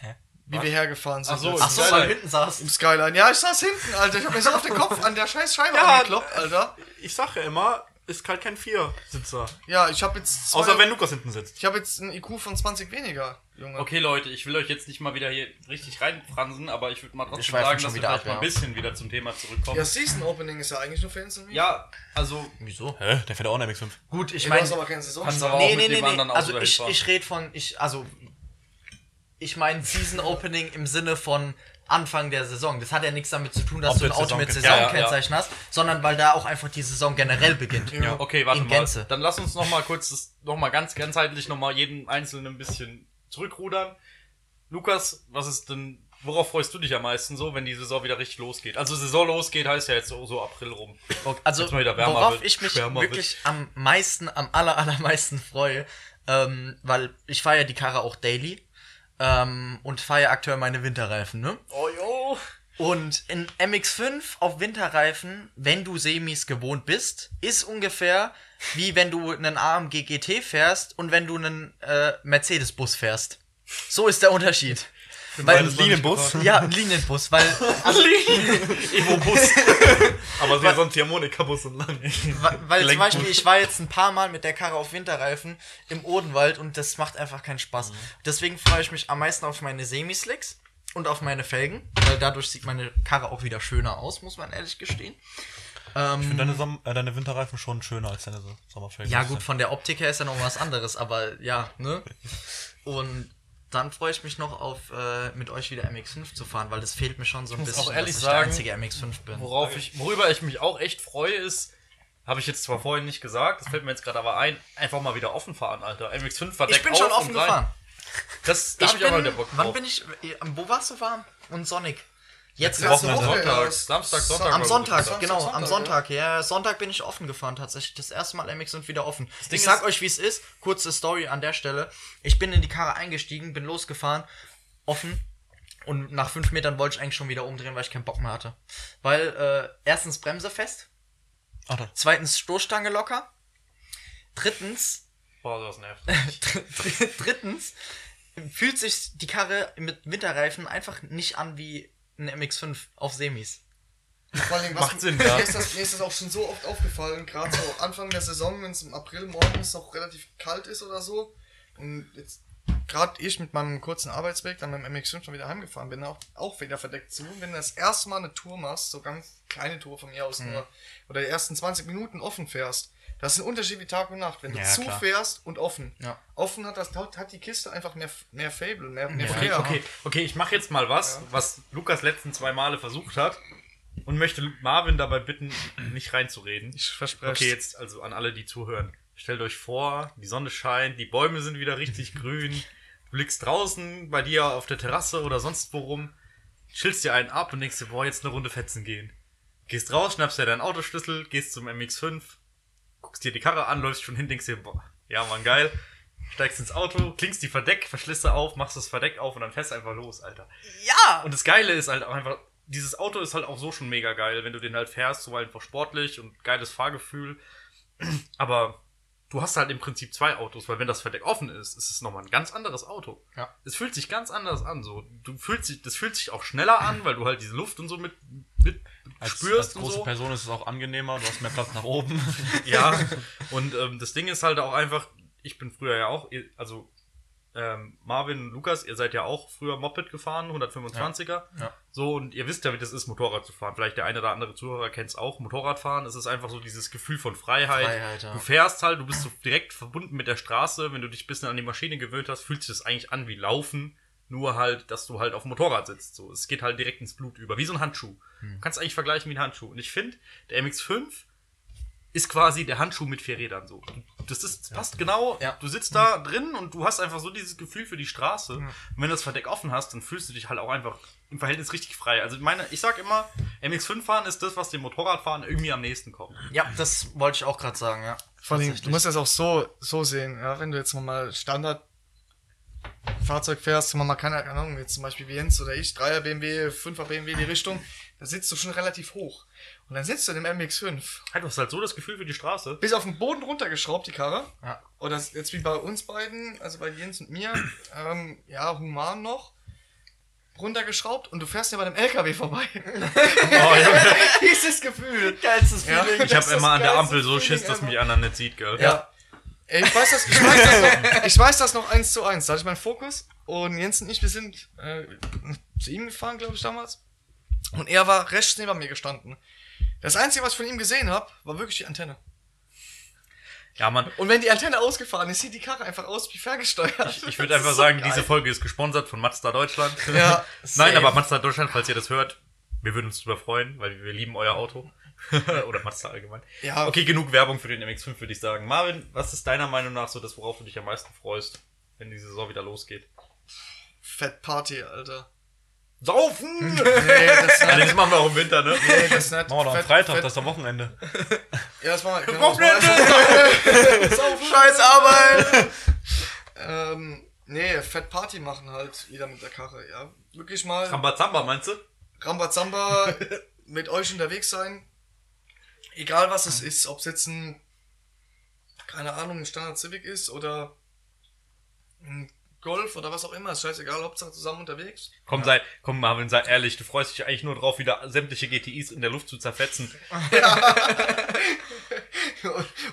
Hä? Wie wir hergefahren sind. Ach so, Ach so, Skyline. weil du hinten saß. Im Skyline. Ja, ich saß hinten, Alter. Ich habe mir so auf den Kopf an der scheiß Scheibe Ja, angekloppt, Alter. Ich sag ja immer, ist halt kein Viersitzer. Ja, ich habe jetzt zwei, Außer wenn Lukas hinten sitzt. ich habe jetzt einen IQ von 20 weniger, Junge. Okay, Leute, ich will euch jetzt nicht mal wieder hier richtig reinfransen, aber ich würde mal trotzdem schweifen sagen, schon dass wir wieder vielleicht ab, mal ja. ein bisschen wieder zum Thema zurückkommen. Ja, Season Opening ist ja eigentlich nur für Instagram. Ja, also, Wieso? Hä? Der fährt auch eine MX5. Gut, ich Ich meine. meine, aber keine Saison. kannst aber auch Nee, mit nee, nee, dem nee. anderen Auto Also dahin ich, fahren. ich rede von. Ich, also. Ich meine Season Opening im Sinne von Anfang der Saison. Das hat ja nichts damit zu tun, dass Ob du ein jetzt Auto mit Saisonkennzeichen. Ja, ja, ja. Saisonkennzeichen hast, sondern weil da auch einfach die Saison generell beginnt. Ja. Okay, warte In mal. Gänze. Dann lass uns noch mal kurz, das, noch mal ganz ganzheitlich noch mal jeden einzelnen ein bisschen zurückrudern. Lukas, was ist denn, worauf freust du dich am meisten so, wenn die Saison wieder richtig losgeht? Also Saison losgeht heißt ja jetzt so, so April rum. Also, Jetzt mal wieder wärmer worauf wird, ich mich schwärmer wird. wirklich am meisten, am aller, allermeisten freue, ähm, weil ich fahre ja die Karre auch daily ähm, und fahre ja aktuell meine Winterreifen, ne? Oh jo. Und in MX5 auf Winterreifen, wenn du Semis gewohnt bist, ist ungefähr wie wenn du einen AMG GT fährst und wenn du einen äh, Mercedes-Bus fährst. So ist der Unterschied. Weil, Linienbus. ja, ein Linienbus, weil also, Evo-Bus. Aber sie sonst die Harmonika-Bus und lang. Wa- Weil zum Gelenkgut. Beispiel, ich war jetzt ein paar Mal mit der Karre auf Winterreifen im Odenwald und das macht einfach keinen Spaß. Deswegen freue ich mich am meisten auf meine Semislicks und auf meine Felgen, weil dadurch sieht meine Karre auch wieder schöner aus, muss man ehrlich gestehen. Ähm, Deine, Som äh, deine Winterreifen schon schöner als deine So- Sommerfelgen. ja, gut, von der Optik her ist ja noch was anderes, aber ja, ne? Und dann freue ich mich noch auf, äh, mit euch wieder MX5 zu fahren, weil das fehlt mir schon so ein muss bisschen, auch ehrlich dass sagen, ich der einzige MX5 bin. Worauf ich, worüber ich mich auch echt freue, ist, habe ich jetzt zwar vorhin nicht gesagt, das fällt mir jetzt gerade aber ein, einfach mal wieder offen fahren, Alter. MX5 war Ich Deck bin schon auf offen und rein. gefahren. Das, da Ich habe ich aber bin, wieder Bock wann drauf. bin ich, äh, wo warst du warm und sonnig? Jetzt Letzte letzte Wochenende. Woche. Woche, ja. Samstag, Sonntag. Am war Sonntag, gut. genau, Sonntag, am ja. Sonntag. Ja, Sonntag bin ich offen gefahren tatsächlich. Das erste Mal MX sind wieder offen. Ding Ich sag ist- euch, wie es ist. Kurze Story an der Stelle. Ich bin in die Karre eingestiegen, bin losgefahren, offen. Und nach fünf Metern wollte ich eigentlich schon wieder umdrehen, weil ich keinen Bock mehr hatte. Weil äh, erstens Bremse fest, Ach, da. zweitens Stoßstange locker, drittens Boah, sowas nervt. Drittens fühlt sich die Karre mit Winterreifen einfach nicht an wie ein MX5 auf Semis. Vor allem, was Macht Sinn, mir, ja. ist das, mir ist das auch schon so oft aufgefallen, gerade so Anfang der Saison, wenn es im April morgens noch relativ kalt ist oder so. Und jetzt gerade ich mit meinem kurzen Arbeitsweg dann mit dem MX5 schon wieder heimgefahren bin, auch, auch wieder verdeckt zu. Und wenn du das erste Mal eine Tour machst, so ganz kleine Tour von mir aus Mhm. nur, oder die ersten 20 Minuten offen fährst, das ist ein Unterschied wie Tag und Nacht. Wenn du Ja, klar. zufährst und offen. Ja. Offen hat, das, hat die Kiste einfach mehr, mehr Fable, mehr, mehr Okay, Flair. okay, okay, ich mache jetzt mal was, was Lukas letzten zwei Male versucht hat und möchte Marvin dabei bitten, nicht reinzureden. Ich verspreche. Okay, jetzt also an alle, die zuhören. Stellt euch vor, die Sonne scheint, die Bäume sind wieder richtig grün. Du blickst draußen bei dir auf der Terrasse oder sonst wo rum, chillst dir einen ab und denkst dir, boah, jetzt eine Runde fetzen gehen. Gehst raus, schnappst dir deinen Autoschlüssel, gehst zum MX5, guckst dir die Karre an, läufst schon hin, denkst dir, boah, ja, man, geil. Steigst ins Auto, klingst die Verdeck, Verschlüsse auf, machst das Verdeck auf und dann fährst du einfach los, Alter. Ja! Und das Geile ist halt auch einfach, dieses Auto ist halt auch so schon mega geil, wenn du den halt fährst, so einfach sportlich und geiles Fahrgefühl. Aber du hast halt im Prinzip zwei Autos, weil wenn das Verdeck offen ist, ist es nochmal ein ganz anderes Auto. Ja. Es fühlt sich ganz anders an, so. Du fühlst dich, das fühlt sich auch schneller an, weil du halt diese Luft und so mit, mit Als, als spürst und große so. Person ist es auch angenehmer, du hast mehr Platz nach oben. Ja, und ähm, das Ding ist halt auch einfach, ich bin früher ja auch, ihr- also ähm, Marvin und Lukas, ihr seid ja auch früher Moped gefahren, 125er. Ja. So, und ihr wisst ja, wie das ist, Motorrad zu fahren. Vielleicht der eine oder andere Zuhörer kennt es auch. Motorradfahren, es ist einfach so dieses Gefühl von Freiheit. Freiheit, ja. Du fährst halt, du bist so direkt verbunden mit der Straße. Wenn du dich ein bisschen an die Maschine gewöhnt hast, fühlt sich das eigentlich an wie Laufen. Nur halt, dass du halt auf dem Motorrad sitzt. So, es geht halt direkt ins Blut über, wie so ein Handschuh. Du kannst eigentlich vergleichen wie ein Handschuh. Und ich finde, der MX5 ist quasi der Handschuh mit vier Rädern so. Das ist das passt genau. Ja. Du sitzt da drin und du hast einfach so dieses Gefühl für die Straße. Und wenn du das Verdeck offen hast, dann fühlst du dich halt auch einfach im Verhältnis richtig frei. Also meine, ich sag immer, MX5 fahren ist das, was dem Motorradfahren irgendwie am nächsten kommt. Ja, das wollte ich auch gerade sagen, ja. Vor allem, du musst das auch so, so sehen, ja, wenn du jetzt mal Standard Fahrzeug fährst, wenn man mal keine Ahnung, jetzt zum Beispiel wie Jens oder ich, 3er BMW, 5er BMW die Richtung, da sitzt du schon relativ hoch. Und dann sitzt du in dem MX5, Ja, du hast halt so das Gefühl für die Straße. bis auf den Boden runtergeschraubt, die Karre. Ja. Oder jetzt wie bei uns beiden, also bei Jens und mir, ähm, ja, human noch, runtergeschraubt und du fährst ja bei dem LKW vorbei. Dieses Gefühl. Geilstes Ja. Feeling. Ich Das habe ist das immer an der geilste Ampel so Feeling Schiss, dass ever. mich die anderen nicht sieht, gell? Ja. Ey, ich weiß das, ich weiß das noch, ich weiß das noch eins zu eins. Da hatte ich meinen Fokus und Jens und ich, wir sind äh, zu ihm gefahren, glaube ich, damals. Und er war rechts neben mir gestanden. Das Einzige, was ich von ihm gesehen habe, war wirklich die Antenne. Ja, Mann. Und wenn die Antenne ausgefahren ist, sieht die Karre einfach aus wie ferngesteuert. Ich würde einfach sagen, diese Folge ist gesponsert von Mazda Deutschland. Ja, Nein, safe. aber Mazda Deutschland, falls ihr das hört, wir würden uns drüber freuen, weil wir lieben euer Auto. Oder Mazda allgemein. Ja. Okay, genug Werbung für den MX5, würde ich sagen. Marvin, was ist deiner Meinung nach so das, worauf du dich am meisten freust, wenn die Saison wieder losgeht? Fett Party, Alter. Saufen! Nee, das ist ja, nicht. das machen wir auch im Winter, ne? Nee, das ist nicht. Machen wir doch am Fett- Freitag, Fett- das ist am Wochenende. Ja, das machen wir. Genau, Wochenende! Scheiß Arbeit! Ähm, nee, Fett Party machen halt jeder mit der Karre, ja. Wirklich mal. Rambazamba, meinst du? Rambazamba mit euch unterwegs sein. Egal was es ist, ob es jetzt ein, keine Ahnung, ein Standard Civic ist oder ein Golf oder was auch immer, ist scheißegal, Hauptsache zusammen unterwegs. Komm, sei, komm, Marvin, sei ehrlich, du freust dich eigentlich nur drauf, wieder sämtliche GTIs in der Luft zu zerfetzen.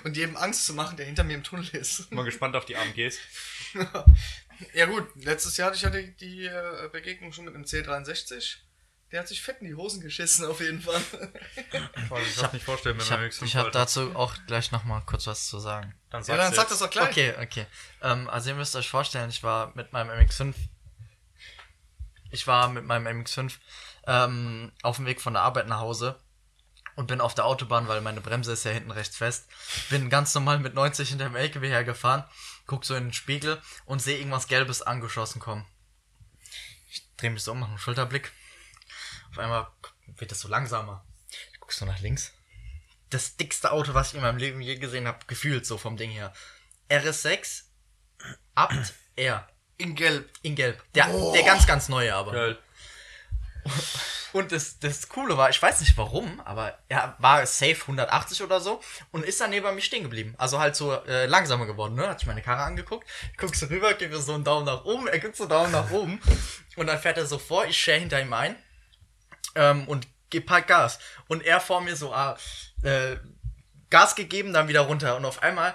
Und jedem Angst zu machen, der hinter mir im Tunnel ist. Bin mal gespannt auf die AMGs. Ja gut, letztes Jahr hatte ich ja die, die äh, Begegnung schon mit einem C63. Der hat sich fett in die Hosen geschissen, auf jeden Fall. Ich kann nicht vorstellen, wenn Ich habe wir MX5 ich hab heute- dazu auch gleich nochmal kurz was zu sagen. Dann ja, sagst dann du jetzt. sagt das doch gleich. Okay, okay. Ähm, also ihr müsst euch vorstellen, ich war mit meinem MX5. Ich war mit meinem MX5 ähm, auf dem Weg von der Arbeit nach Hause und bin auf der Autobahn, weil meine Bremse ist ja hinten rechts fest. Bin ganz normal mit 90 hinter dem LKW hergefahren, guck so in den Spiegel und sehe irgendwas Gelbes angeschossen kommen. Ich drehe mich so um, mache einen Schulterblick. Auf einmal wird das so langsamer. Ich guck so nach links das dickste Auto, was ich in meinem Leben je gesehen habe, gefühlt so vom Ding her. RS6 Abt R In Gelb. in Gelb. Der, der ganz, ganz neue aber. Geil. Und das, das Coole war, ich weiß nicht warum, aber er war safe 180 oder so und ist dann neben mir stehen geblieben. Also halt so äh, langsamer geworden, ne? Hat sich meine Karre angeguckt, guckst so rüber, gib mir so einen Daumen nach oben, er gibt so einen Daumen nach oben und dann fährt er so vor, ich share hinter ihm ein ähm, und gebe halt Gas. Und er vor mir so, ah, äh, Gas gegeben, dann wieder runter. Und auf einmal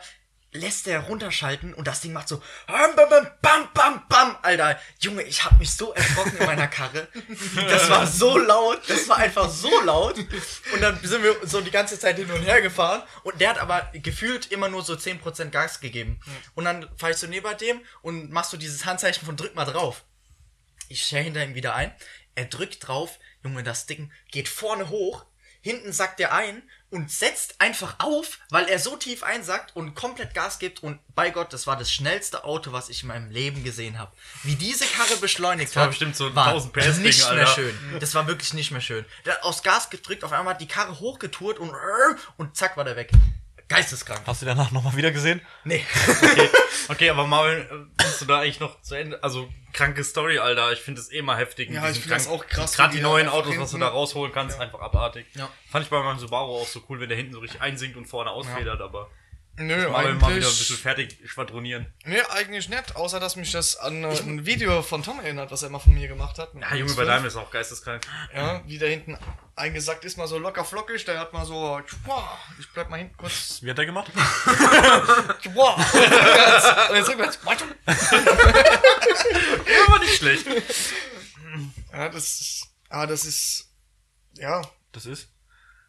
lässt er runterschalten und das Ding macht so bam, bam, bam, bam, bam, bam, Alter. Junge, ich hab mich so erschrocken in meiner Karre. Das war so laut, das war einfach so laut. Und dann sind wir so die ganze Zeit hin und her gefahren und der hat aber gefühlt immer nur so 10% Gas gegeben. Und dann fahr ich so neben dem und machst du dieses Handzeichen von drück mal drauf. Ich stelle hinter ihm wieder ein. Er drückt drauf. Junge, das Ding geht vorne hoch. Hinten sackt er ein und setzt einfach auf, weil er so tief einsackt und komplett Gas gibt. Und bei Gott, das war das schnellste Auto, was ich in meinem Leben gesehen habe. Wie diese Karre beschleunigt war hat, bestimmt so ein war 1000 PS -Ding, nicht mehr Alter. schön. Das war wirklich nicht mehr schön. Der hat aufs Gas gedrückt, auf einmal hat die Karre hochgetourt und, und zack war der weg. Geisteskrank. Hast du die danach nochmal wieder gesehen? Nee. Okay, aber Marvin, äh, bist du da eigentlich noch zu Ende? Also, kranke Story, Alter. Ich finde es eh mal heftig. mit Ja, ich diesen find das kranken- auch krass, Gerade wie die der neuen einfach Autos, was du hinten- da rausholen kannst, ist einfach abartig. Ja. Fand ich bei meinem Subaru auch so cool, wenn der hinten so richtig einsinkt und vorne ausfedert, aber Nö, Marvin mal wieder ein bisschen eigentlich. fertig schwadronieren. Nee, eigentlich nicht, außer dass mich das an äh, ein Video von Tom erinnert, was er immer von mir gemacht hat. mit Ja, Junge, X5. bei deinem ist auch geisteskrank. Ja, wie der hinten eingesackt ist, mal so locker flockig, der hat mal so, schwa, ich bleib mal hinten kurz, Wie hat der gemacht? schwa, und jetzt rückwärts, warte. Ja, war nicht schlecht. Ja, das ist, ah, das ist, ja, Das ist.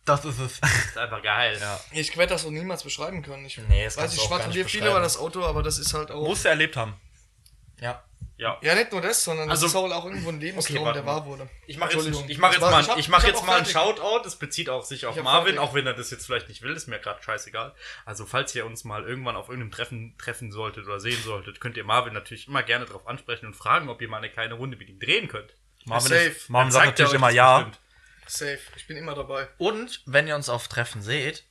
Das ist es. ist einfach geil. Ja. ich werde das so niemals beschreiben können. Ich Nee, das weiß, kannst ich du auch gar schwadroniere nicht viel beschreiben. über das Auto, aber das ist halt auch, Musst du erlebt haben. Ja. ja, nicht nur das, sondern Also- das ist halt auch irgendwo ein Lebenstraum, Okay, warte der mal. wahr wurde. Ich mache jetzt, Entschuldigung. ich mach jetzt war- mal, ich hab- ich mach ich hab jetzt auch mal einen fertig. Shoutout. Das bezieht auch sich auf Ich hab Marvin, fertig. auch wenn er das jetzt vielleicht nicht will, ist mir gerade scheißegal. Also falls ihr uns mal irgendwann auf irgendeinem Treffen treffen solltet oder sehen solltet, könnt ihr Marvin natürlich immer gerne drauf ansprechen und fragen, ob ihr mal eine kleine Runde mit ihm drehen könnt. Marvin, Safe. ist, Marvin Dann sagt zeigt er natürlich euch immer das ja. bestimmt. Safe, ich bin immer dabei. Und wenn ihr uns auf Treffen seht,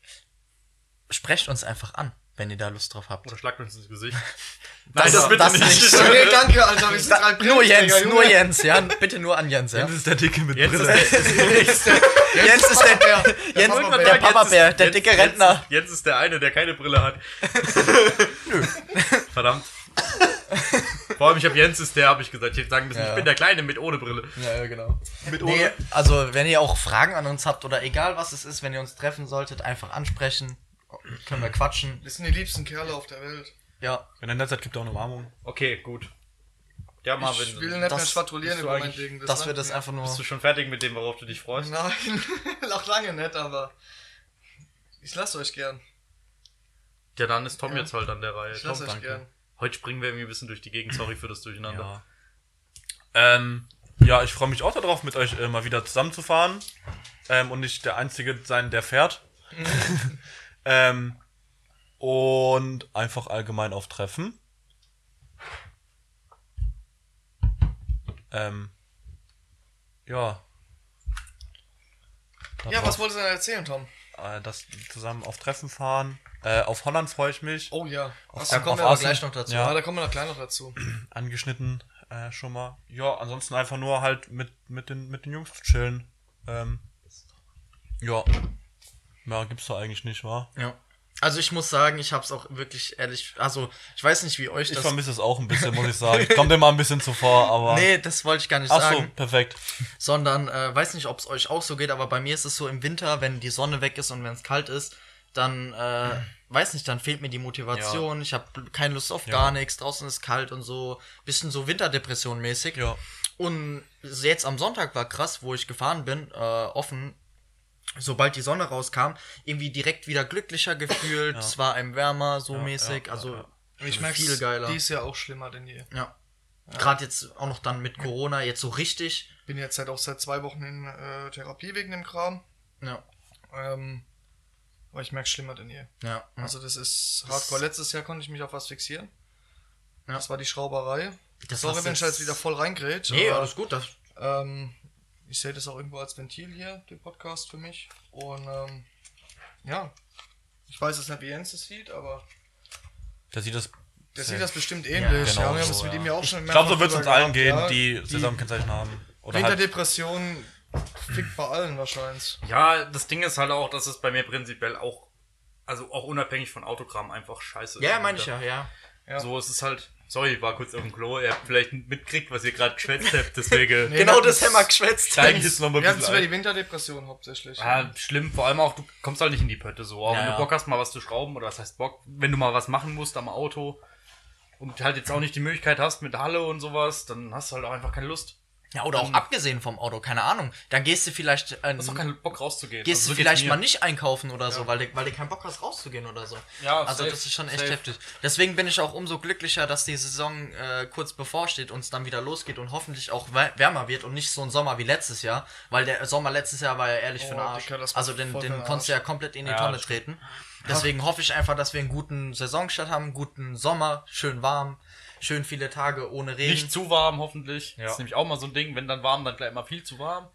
sprecht uns einfach an, wenn ihr da Lust drauf habt. Oder schlagt uns ins Gesicht. Nein, das bitte nicht. Nee, danke, Alter, wir sind drei Nur Jens, Brillenträger, nur Junge. Jens, ja. Bitte nur an Jens, ja. Das ist der Dicke mit Jetzt ist Brille. der, Jens ist der, Papa-Bär. Der Jens, Papa-Bär. der Jetzt ist- Papa Bär, der jetzt- dicke jetzt- Rentner. Jetzt ist der eine, der keine Brille hat. Nö. Verdammt. Vor allem, ich habe Jens ist der, habe ich gesagt. Ich hätte sagen müssen, ich bin der Kleine mit ohne Brille. Ja, genau. Mit Nee, also, wenn ihr auch Fragen an uns habt oder egal was es ist, wenn ihr uns treffen solltet, einfach ansprechen. Können wir quatschen. Das sind die liebsten Kerle auf der Welt. Ja. Wenn er nett seid, gibt er auch eine Umarmung. Okay, gut. Ja, Marvin, Ich will nicht das- mehr schwadronieren bist du über mein eigentlich- Ding. Dass wir langt das mir. einfach nur. bist du schon fertig mit dem, worauf du dich freust? Nein, noch lange nicht, aber ich lasse euch gern. Ja, dann ist Tom jetzt halt an der Reihe. Ich Tom, lasse euch danke. gern. heute springen wir irgendwie ein bisschen durch die Gegend. Sorry für das Durcheinander. Ja. Ähm, ja, ich freue mich auch darauf, mit euch äh, mal wieder zusammenzufahren. Ähm, und nicht der Einzige sein, der fährt. ähm, und einfach allgemein auf Treffen. Ähm, ja. Ja, was wolltest du denn erzählen, Tom? äh, das zusammen auf Treffen fahren. Äh, auf Holland freue ich mich. Oh ja, Auf- Ach, da kommen auf wir aber Asen. gleich noch dazu. Ja. Ja, da kommen wir noch gleich noch dazu. Angeschnitten äh, schon mal. Ja, ansonsten einfach nur halt mit, mit, den, mit den Jungs chillen. Ähm, ja. Mehr gibt's da eigentlich nicht, wa? Ja. Also, ich muss sagen, ich hab's auch wirklich ehrlich. Also, ich weiß nicht, wie euch Ich das. vermisse es auch ein bisschen, muss ich sagen. Ich komme dem mal ein bisschen zuvor, aber. nee, das wollte ich gar nicht Ach sagen. so, perfekt. sondern äh, weiß nicht, ob es euch auch so geht, aber bei mir ist es so im Winter, wenn die Sonne weg ist und wenn es kalt ist, dann äh, weiß nicht, dann fehlt mir die Motivation, ich habe keine Lust auf gar nichts, draußen ist kalt und so, bisschen so Winterdepression mäßig. Ja. Und jetzt am Sonntag war krass, wo ich gefahren bin, äh, offen. Sobald die Sonne rauskam, irgendwie direkt wieder glücklicher gefühlt, es war einem wärmer, so mäßig, also Ich merke viel geiler. dies Jahr auch schlimmer denn je. ja. Gerade jetzt auch noch dann mit Corona, jetzt so richtig. Bin jetzt halt auch seit zwei Wochen in äh, Therapie wegen dem Kram. Ja. Ähm, aber ich merke schlimmer denn je. Ja. Also das ist hardcore. Letztes Jahr konnte ich mich auf was fixieren. Ja. Das war die Schrauberei. Das Sorry, hast wenn ich jetzt- jetzt wieder voll reingrätsch. Nee, aber- alles gut, das Ähm, ich sehe das auch irgendwo als Ventil hier, den Podcast für mich. Und ähm, ja, ich weiß jetzt nicht, wie Jens das sieht, aber Der sieht das. der Safe. sieht das bestimmt ähnlich. genau ja, wir haben so, es mit ja. ihm ja auch schon Ich glaube, so mehrfach wird's uns drüber allen gehen, gehabt, die ja. Saisonkennzeichen haben. Oder halt, Winterdepression fickt bei allen wahrscheinlich. Ja, das Ding ist halt auch, dass es bei mir prinzipiell auch, also auch unabhängig von Autogramm einfach scheiße Ja, ist. meine ich ja, ja. Ja. So es ist halt. Sorry, ich war kurz auf dem Klo. Ihr habt vielleicht mitgekriegt, was ihr gerade geschwätzt habt, deswegen. Genau Nee, wir hatten's- geschwätzt. Steig ich jetzt nochmal Wir ein hatten bisschen es Ah, über ein. die Winterdepression hauptsächlich. Ja, schlimm, vor allem auch, du kommst halt nicht in die Pötte so. Auch Ja, wenn du ja. Bock hast, mal was zu schrauben oder was heißt Bock, wenn du mal was machen musst am Auto und halt jetzt auch nicht die Möglichkeit hast mit Halle und sowas, dann hast du halt auch einfach keine Lust. Ja, oder auch abgesehen vom Auto, keine Ahnung. Dann gehehst du vielleicht, äh, Hast auch keinen Bock rauszugehen. gehst Also so du geht's vielleicht mir. mal nicht einkaufen oder so, weil du, weil du keinen Bock hast, rauszugehen oder so. Ja, also safe, das ist schon echt safe. heftig. Deswegen bin ich auch umso glücklicher, dass die Saison äh, kurz bevorsteht und es dann wieder losgeht und hoffentlich auch wär- wärmer wird und nicht so ein Sommer wie letztes Jahr, weil der Sommer letztes Jahr war ja ehrlich für den Oh, Arsch. Dicker, das war also den, voll für den den konntest du ja komplett in die Tonne treten. Deswegen hoffe ich einfach, dass wir einen guten Saisonstart haben, einen guten Sommer, schön warm, schön viele Tage ohne Regen. Nicht zu warm, hoffentlich. Das ist nämlich auch mal so ein Ding, wenn dann warm, dann gleich mal viel zu warm.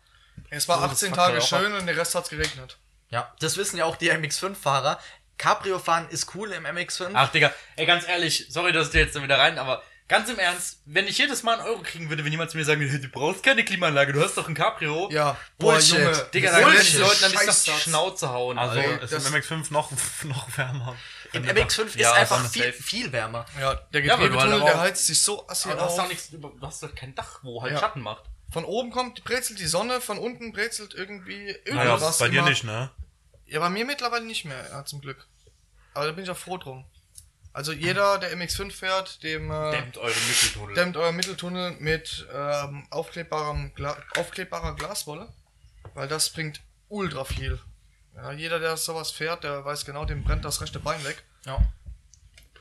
Es war So, das 18 fuckt halt Tage auch ab. schön und der Rest hat's geregnet. Ja, das wissen ja auch die MX5-Fahrer. Cabrio fahren ist cool im MX5. Ach, Digga, ey, ganz ehrlich, sorry, dass ich dir jetzt da wieder rein, aber ganz im Ernst, wenn ich jedes Mal einen Euro kriegen würde, wenn jemand zu mir sagen würde, du brauchst keine Klimaanlage, du hast doch ein Cabrio. Ja, Bullshit. Digga, das dann würde ich ist den Leuten dann nicht auf Scheißsatz. die Schnauze hauen. Also Alter. es das- ist im MX5 noch, noch wärmer. Im also MX5 Ja, ist einfach dann ist viel, safe. viel wärmer. Ja, der Ja, aber du Getriebetunnel, halt der auch- heizt sich so assi Aber du hast auf. doch nichts, über- du hast doch kein Dach, wo halt Ja. Schatten macht. Von oben kommt, brezelt die Sonne, von unten brezelt irgendwie Naja, irgendwas. das ist bei dir immer. nicht, ne? Ja, bei mir mittlerweile nicht mehr, ja, zum Glück. Aber da bin ich auch froh drum. Also jeder, der MX5 fährt, dem äh, dämmt. Dämmt eure Mitteltunnel. euer Mitteltunnel mit ähm, aufklebbarem Gla aufklebbarer Glaswolle, weil das bringt ultra viel. Ja, jeder, der sowas fährt, der weiß genau, dem brennt das rechte Bein weg. Ja.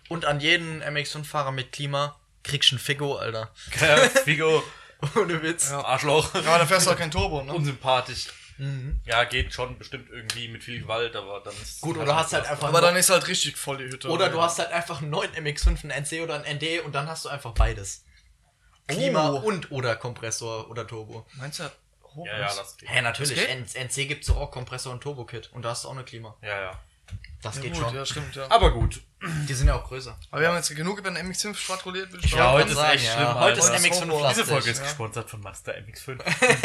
Und an jeden MX5-Fahrer mit Klima kriegst du einen Figo, Alter. Figo, Ohne Witz. Arschloch. Ja, da fährst du auch kein Turbo, ne? Unsympathisch. Ja, geht schon bestimmt irgendwie mit viel Gewalt, aber dann ist Gut, oder hast halt einfach. Aber dann ist halt richtig voll die Hütte. oder du hast halt einfach einen neuen MX5, einen NC oder einen ND und dann hast du einfach beides. Klima Oh. und oder Kompressor oder Turbo. Meinst du, hoch Ja, ja, das geht. Hä, natürlich. geht? N- NC gibt's auch Kompressor und Turbo-Kit. Und da hast du auch eine Klima. Ja, ja. Das ja, geht gut, schon. ja, stimmt, ja. Aber gut. Die sind ja auch größer. Aber wir haben jetzt genug über den MX5 schwadroniert, würde ich Ja, sagen. heute ist echt schlimm, Heute ist Alter. MX5 Diese Diese plastisch. Folge ist ja. gesponsert von Master MX5.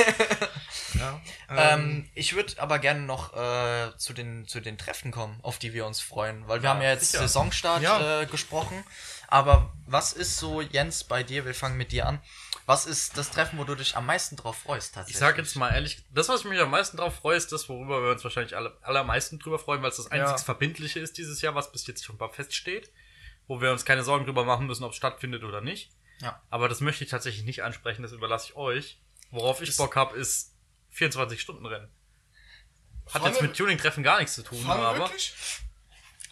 Ja. Ähm, Ähm, ich würde aber gerne noch äh, zu, den, zu den Treffen kommen, auf die wir uns freuen, weil wir haben ja jetzt sicher. Saisonstart Ja. Äh, gesprochen. Aber was ist so, Jens, bei dir, wir fangen mit dir an, was ist das Treffen, wo du dich am meisten drauf freust Ich tatsächlich? sag jetzt mal ehrlich, das, was ich mich am meisten drauf freue, ist das, worüber wir uns wahrscheinlich alle, allermeisten drüber freuen, weil es das einzig Ja. Verbindliche ist dieses Jahr, was bis jetzt schon mal feststeht, wo wir uns keine Sorgen drüber machen müssen, ob es stattfindet oder nicht. Ja. Aber das möchte ich tatsächlich nicht ansprechen, das überlasse ich euch. Worauf ich Bock habe, ist 24-Stunden-Rennen. Hat Fahren jetzt wir- mit Tuning-Treffen gar nichts zu tun, fahren wir aber. wirklich?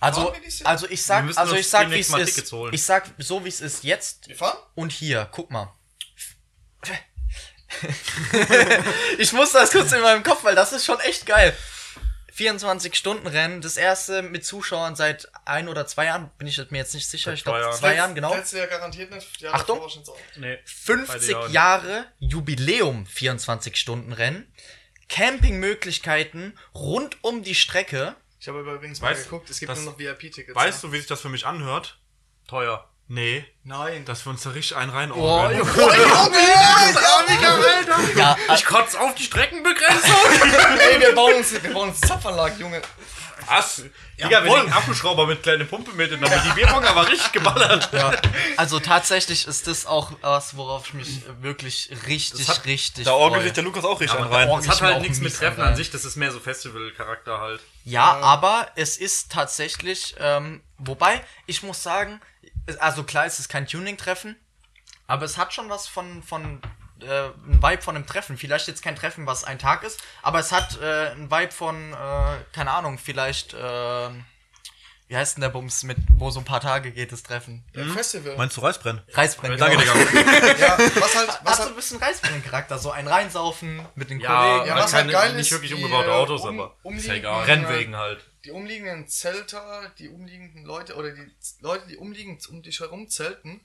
also, Wollen wir dies Jahr? also ich Wir sag, müssen also uns ich sag, wie demnächst es mal ist. Tickets holen. Ich sag, so wie es ist jetzt Wir fahren? und hier, guck mal. ich muss das kurz in meinem Kopf, weil das ist schon echt geil. 24-Stunden-Rennen, das erste mit Zuschauern seit ein oder zwei Jahren, bin ich mir jetzt nicht sicher, Seit ich glaube zwei Jahren. zwei Jahren, genau. Letztes Jahr garantiert nicht. Ja, Achtung. davor wahrscheinlich auch. Nee. 50 Jahren. Jahre Jubiläum 24-Stunden-Rennen, Campingmöglichkeiten rund um die Strecke. Ich habe aber übrigens mal Weißt- geguckt, es gibt das- nur noch VIP-Tickets. Weißt du, wie sich das für mich anhört? Teuer. Nee, Nein. dass wir uns da richtig einen reinordnen. Ja, Ich kotze auf die Streckenbegrenzung! Ey, wir bauen uns, wir bauen uns Zapfanlagen, Junge. Was? Digga, wir nehmen Akkuschrauber mit kleine Pumpe mit und dann wird die Bierpong aber richtig geballert. also tatsächlich ist das auch was, worauf ich mich wirklich richtig, hat- richtig Da orgelt sich freue. der Lukas auch richtig einen da rein. orgelt- Das hat Ich mir halt auch nichts mit mies Treffen an, an sich, das ist mehr so Festival-Charakter halt. Ja, aber es ist tatsächlich, ähm, wobei, ich muss sagen, also klar, es ist kein Tuning-Treffen, aber es hat schon was von, von äh, ein Vibe von einem Treffen. Vielleicht jetzt kein Treffen, was ein Tag ist, aber es hat äh, ein Vibe von, äh, keine Ahnung, vielleicht, äh, wie heißt denn der Bums mit, wo so ein paar Tage geht, das Treffen? Ein Festival. Hm? Meinst du Reisbrennen? Reisbrennen. Danke, genau. Digga. ja, was halt, was Hat so ein halt, bisschen Reisbrennen-Charakter, so ein Reinsaufen mit den Kollegen. ja, man was halt kann geil nicht ist, wirklich die, umgebaute äh, Autos, um- aber ist ja umliegenden, egal. äh, Rennwegen halt. die umliegenden Zelter, die umliegenden Leute oder die Z- Leute, die umliegend um dich herum zelten,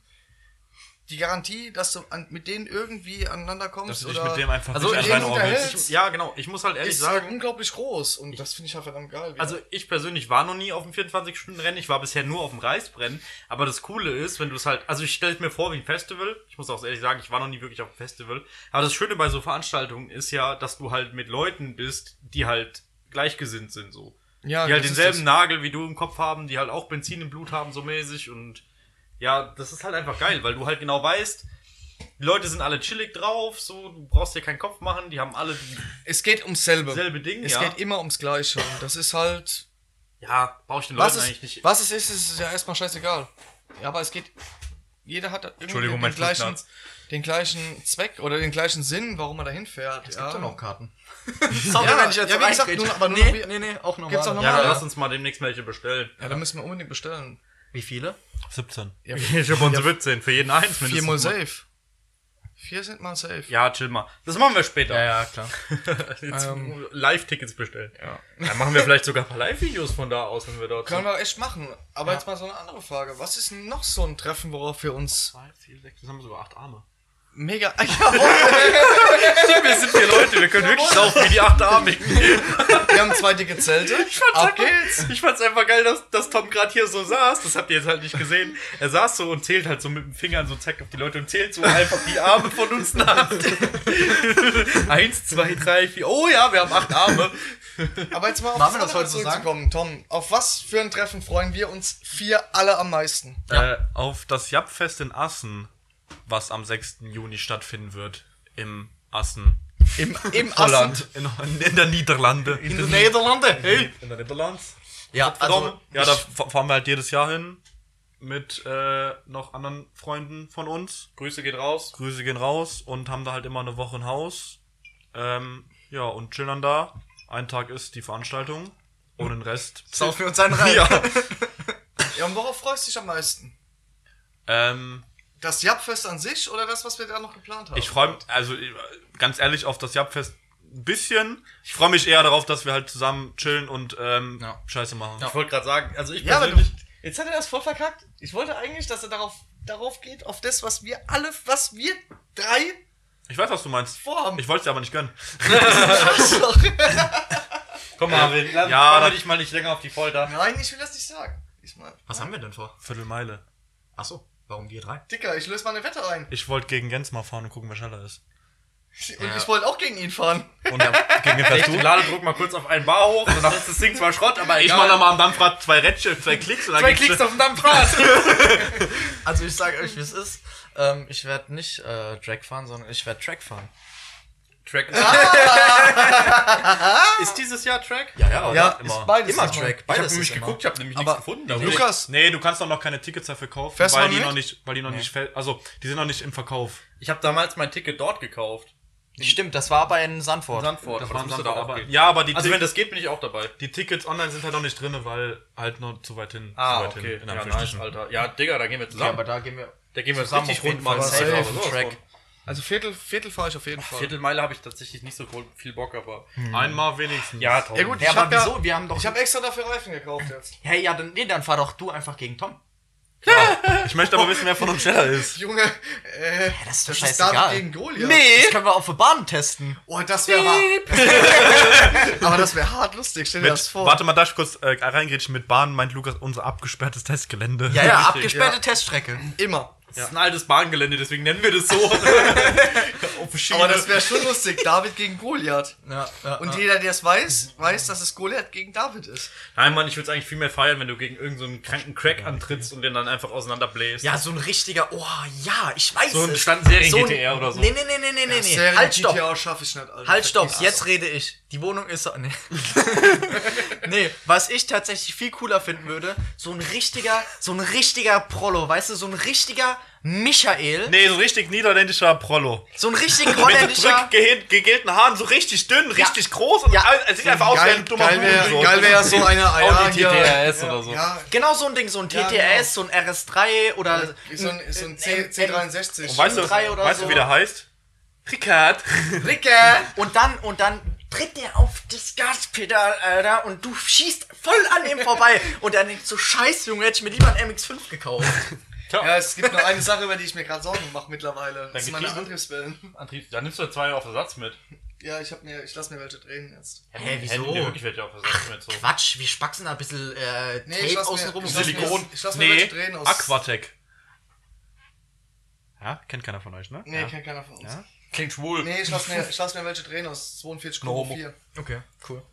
die Garantie, dass du an, mit denen irgendwie aneinander Dass kommst du dich oder mit dem einfach Also richtig ich, einen reinorgelst. unterhält- ich, ja genau, ich muss halt ehrlich ist sagen, halt unglaublich groß und das finde ich halt verdammt geil. wieder. also ich persönlich war noch nie auf dem 24-Stunden-Rennen, ich war bisher nur auf dem Reisbrennen, aber das Coole ist, wenn du es halt, also ich stelle es mir vor wie ein Festival, ich muss auch ehrlich sagen, ich war noch nie wirklich auf dem Festival, aber das Schöne bei so Veranstaltungen ist ja, dass du halt mit Leuten bist, die halt gleichgesinnt sind so. ja, die halt das ist denselben das. Nagel wie du im Kopf haben, die halt auch Benzin im Blut haben, so mäßig. Und ja, das ist halt einfach geil, weil du halt genau weißt, die Leute sind alle chillig drauf, so, du brauchst dir keinen Kopf machen, die haben alle Es geht ums selbe. dieselbe Ding, Es ja. geht immer ums Gleiche und das ist halt. ja, brauche ich den Leuten Was es, eigentlich nicht. was es ist, ist es ja erstmal scheißegal. Ja, aber es geht. jeder hat da irgendwie Entschuldigung, den mein gleichen, Fußnarz. den gleichen Zweck oder den gleichen Sinn, warum er dahin fährt. Es ja. gibt doch noch Karten. Sorry, Ja, wenn ich jetzt ja, so wie gesagt, reinrede. nur- aber nur noch nee, wie- nee, nee, auch normal. Gibt's auch Ja, normal? dann Ja. lass uns mal demnächst welche bestellen. Ja, da müssen wir unbedingt bestellen. Wie viele? 17. Ich hab uns 17, für jeden eins mindestens. Vier mal mal. safe. Vier sind mal safe. Ja, chill mal. Das machen wir später. ja, klar. Jetzt Ähm. Live-Tickets bestellen. Dann machen wir vielleicht sogar ein paar Live-Videos von da aus, wenn wir dort Können sind. wir echt machen. Aber jetzt mal so eine andere Frage. Was ist denn noch so ein Treffen, worauf wir uns 2, 4, 6, das haben wir sogar 8 Arme. mega. Jawohl, Wir sind hier Leute, wir können wirklich saufen wie die Achterarmigen. wir haben zwei dicke Zelte. Ab geht's. Ich fand's einfach geil, dass, dass Tom gerade hier so saß. Das habt ihr jetzt halt nicht gesehen. Er saß so und zählt halt so mit dem Fingern so zeigt auf die Leute und zählt so einfach die Arme von uns nach. Eins, zwei, drei, vier. Oh ja, wir haben acht Arme. Aber jetzt mal auf Machen wir das andere heute so sagen? zurückzukommen, Tom. Auf was für ein Treffen freuen wir uns vier alle am meisten? Äh, auf das Japfest in Assen, was am 6. Juni stattfinden wird. Im Assen. Im, im Holland. In, in der Niederlande. In den Niederlanden. Hey. In der Niederlands. Ja, also, ja, da fa- fahren wir halt jedes Jahr hin. Mit äh, noch anderen Freunden von uns. Grüße geht raus. Grüße gehen raus und haben da halt immer eine Woche ein Haus. Ähm, ja, und chillen dann da. Ein Tag ist die Veranstaltung. Und den Rest. saufen wir uns einen rein. Ja. Assen. Ja, und worauf freust du dich am meisten? Ähm, Das Jabfest an sich oder das, was wir da halt noch geplant haben? Ich freue mich, also äh, ganz ehrlich, auf das Jabfest ein bisschen. Ich freue mich eher darauf, dass wir halt zusammen chillen und ähm, Ja. Scheiße machen. Ich wollte gerade sagen, also ich Ja, aber persönlich. Jetzt hat er das voll verkackt. Ich wollte eigentlich, dass er darauf, darauf geht, auf das, was wir alle, was wir drei Ich weiß, was du meinst. vorhaben. Ich wollte es dir aber nicht gönnen. Komm, Marvin, lass Ja, ja, da- dich mal nicht länger auf die Folter. Nein, ich will das nicht sagen. Diesmal. Was haben wir denn vor? Viertelmeile. Achso, warum wir drei? Dicker, ich löse meine Wette ein. Ich wollte gegen Jens mal fahren und gucken, wer schneller ist. Und ich wollte auch gegen ihn fahren. Und gegen den fährst du? Ladedruck mal kurz auf einen Bar hoch, danach ist das Ding zwar Schrott, aber Ich egal. mache nochmal am Dampfrad zwei Rädchen, zwei Klicks und dann Zwei geht's. Klicks auf dem Dampfrad. Also ich sage euch, wie es ist. Ähm, ich werde nicht äh, Track fahren, sondern ich werde Track fahren. Track. Ah! ist dieses Jahr Track? Ja, ja, Ja, immer. ist beides Immer ist immer. Track. Ich habe ist nämlich immer. geguckt, ich habe nämlich Aber- nichts gefunden. Also Lukas, Nee, du kannst doch noch keine Tickets dafür kaufen, Fährst du weil mal die mit? noch nicht, weil die noch nicht, fäll- also die sind noch nicht im Verkauf. ich habe damals mein Ticket dort gekauft. Stimmt, das war aber in Sandford. Sandford. aber das müsste da auch aber, gehen. ja, aber die, Also Tick- wenn das geht, bin ich auch dabei. die Tickets online sind halt noch nicht drin, weil halt noch zu weit hin. zu weit hin, Ah, in ja, nice, Anführungsstrichen. Alter. Ja, Digga, da gehen wir ja, zusammen. aber da gehen wir da gehen wir zusammen richtig auf jeden rund Fall machen. safe Ja, auf den sowas Track. von. also Viertel, Viertel fahre ich auf jeden Fall. Viertelmeile habe ich tatsächlich nicht so gro- viel Bock, aber. Einmal wenigstens. Ja, tausend. Ja gut, ich Ja, aber habe wieso? ja, wir haben doch. ich hab extra dafür Reifen gekauft jetzt. hey, ja, dann, nee, dann fahr doch du einfach gegen Tom. Ich möchte aber wissen, wer von uns schneller ist. Junge, äh, das ist doch scheißegal. David gegen Goliath. Das können wir auf der Bahn testen. Oh, das wäre hart. aber das wäre hart lustig, stell dir das vor. Warte mal, darf ich kurz äh, reingrätschen? Mit Bahn meint Lukas unser abgesperrtes Testgelände. Ja, ja, Richtig, abgesperrte ja. Teststrecke. Immer. Das ist ein altes Bahngelände, deswegen nennen wir das so. Auf Schiene. Aber das wäre schon lustig, David gegen Goliath. Ja, ja, Und jeder, der es weiß, weiß, dass es Goliath gegen David ist. Nein, Mann, ich würde es eigentlich viel mehr feiern, wenn du gegen irgendeinen so kranken Crack antrittst und den dann einfach auseinanderbläst. ja, so ein richtiger, oh ja, ich weiß So ein es. Standserien- So ein- GTR oder so. Nee, nee, nee, nee, nee, nee, nee. Serien Halt, stopp. GTA schaffe ich nicht, Alter. Halt, stopp, Vergiss jetzt es. rede ich. Die Wohnung ist so. Nee. nee, was ich tatsächlich viel cooler finden würde, so ein richtiger, so ein richtiger Prollo, weißt du, so ein richtiger Michael, Nee, so richtig niederländischer Prollo. so ein richtiger Mit holländischer. zurückgegelten Haaren, so richtig dünn, richtig groß. Und Ja. all- er sieht einfach aus wie Geil, ein dummer geil wäre Hurensohn. geil wär ja so Oh, einer Audi hier- TTRS oder so. Ja, Genau so ein Ding, so ein Ja, TTS, genau. so ein RS3 oder. so ein, so ein M- C, C63. Oh, Und weißt du, drei oder weißt so. du, wie der heißt? Ricard. Ricke! Und dann, und dann tritt der auf das Gaspedal, Alter, und du schießt voll an ihm vorbei. Und dann denkst du, scheiße, Junge, hätte ich mir lieber einen MX5 gekauft. Ja, es gibt nur eine Sache, über die ich mir gerade Sorgen mache mittlerweile. Das sind meine getrieben? Antriebswellen. Antrieb, da nimmst du zwei auf Ersatz mit. Ja, ich hab mir, ich lass mir welche drehen jetzt. Hä, wieso? Nee, wirklich welche auf Ersatz mit. So. Quatsch, wir spaxen da ein bisschen äh, Nee, ich lass Tape mir- außenrum. ich lass mir- Silikon. Ich lass mir Nee, welche drehen aus- Aquatec. Ja, kennt keiner von euch, ne? Nee, ja. kennt keiner von uns. Ja? Klingt schwul. Nee, ich lass mir, ich lass mir welche drehen aus 42,4. Okay, cool.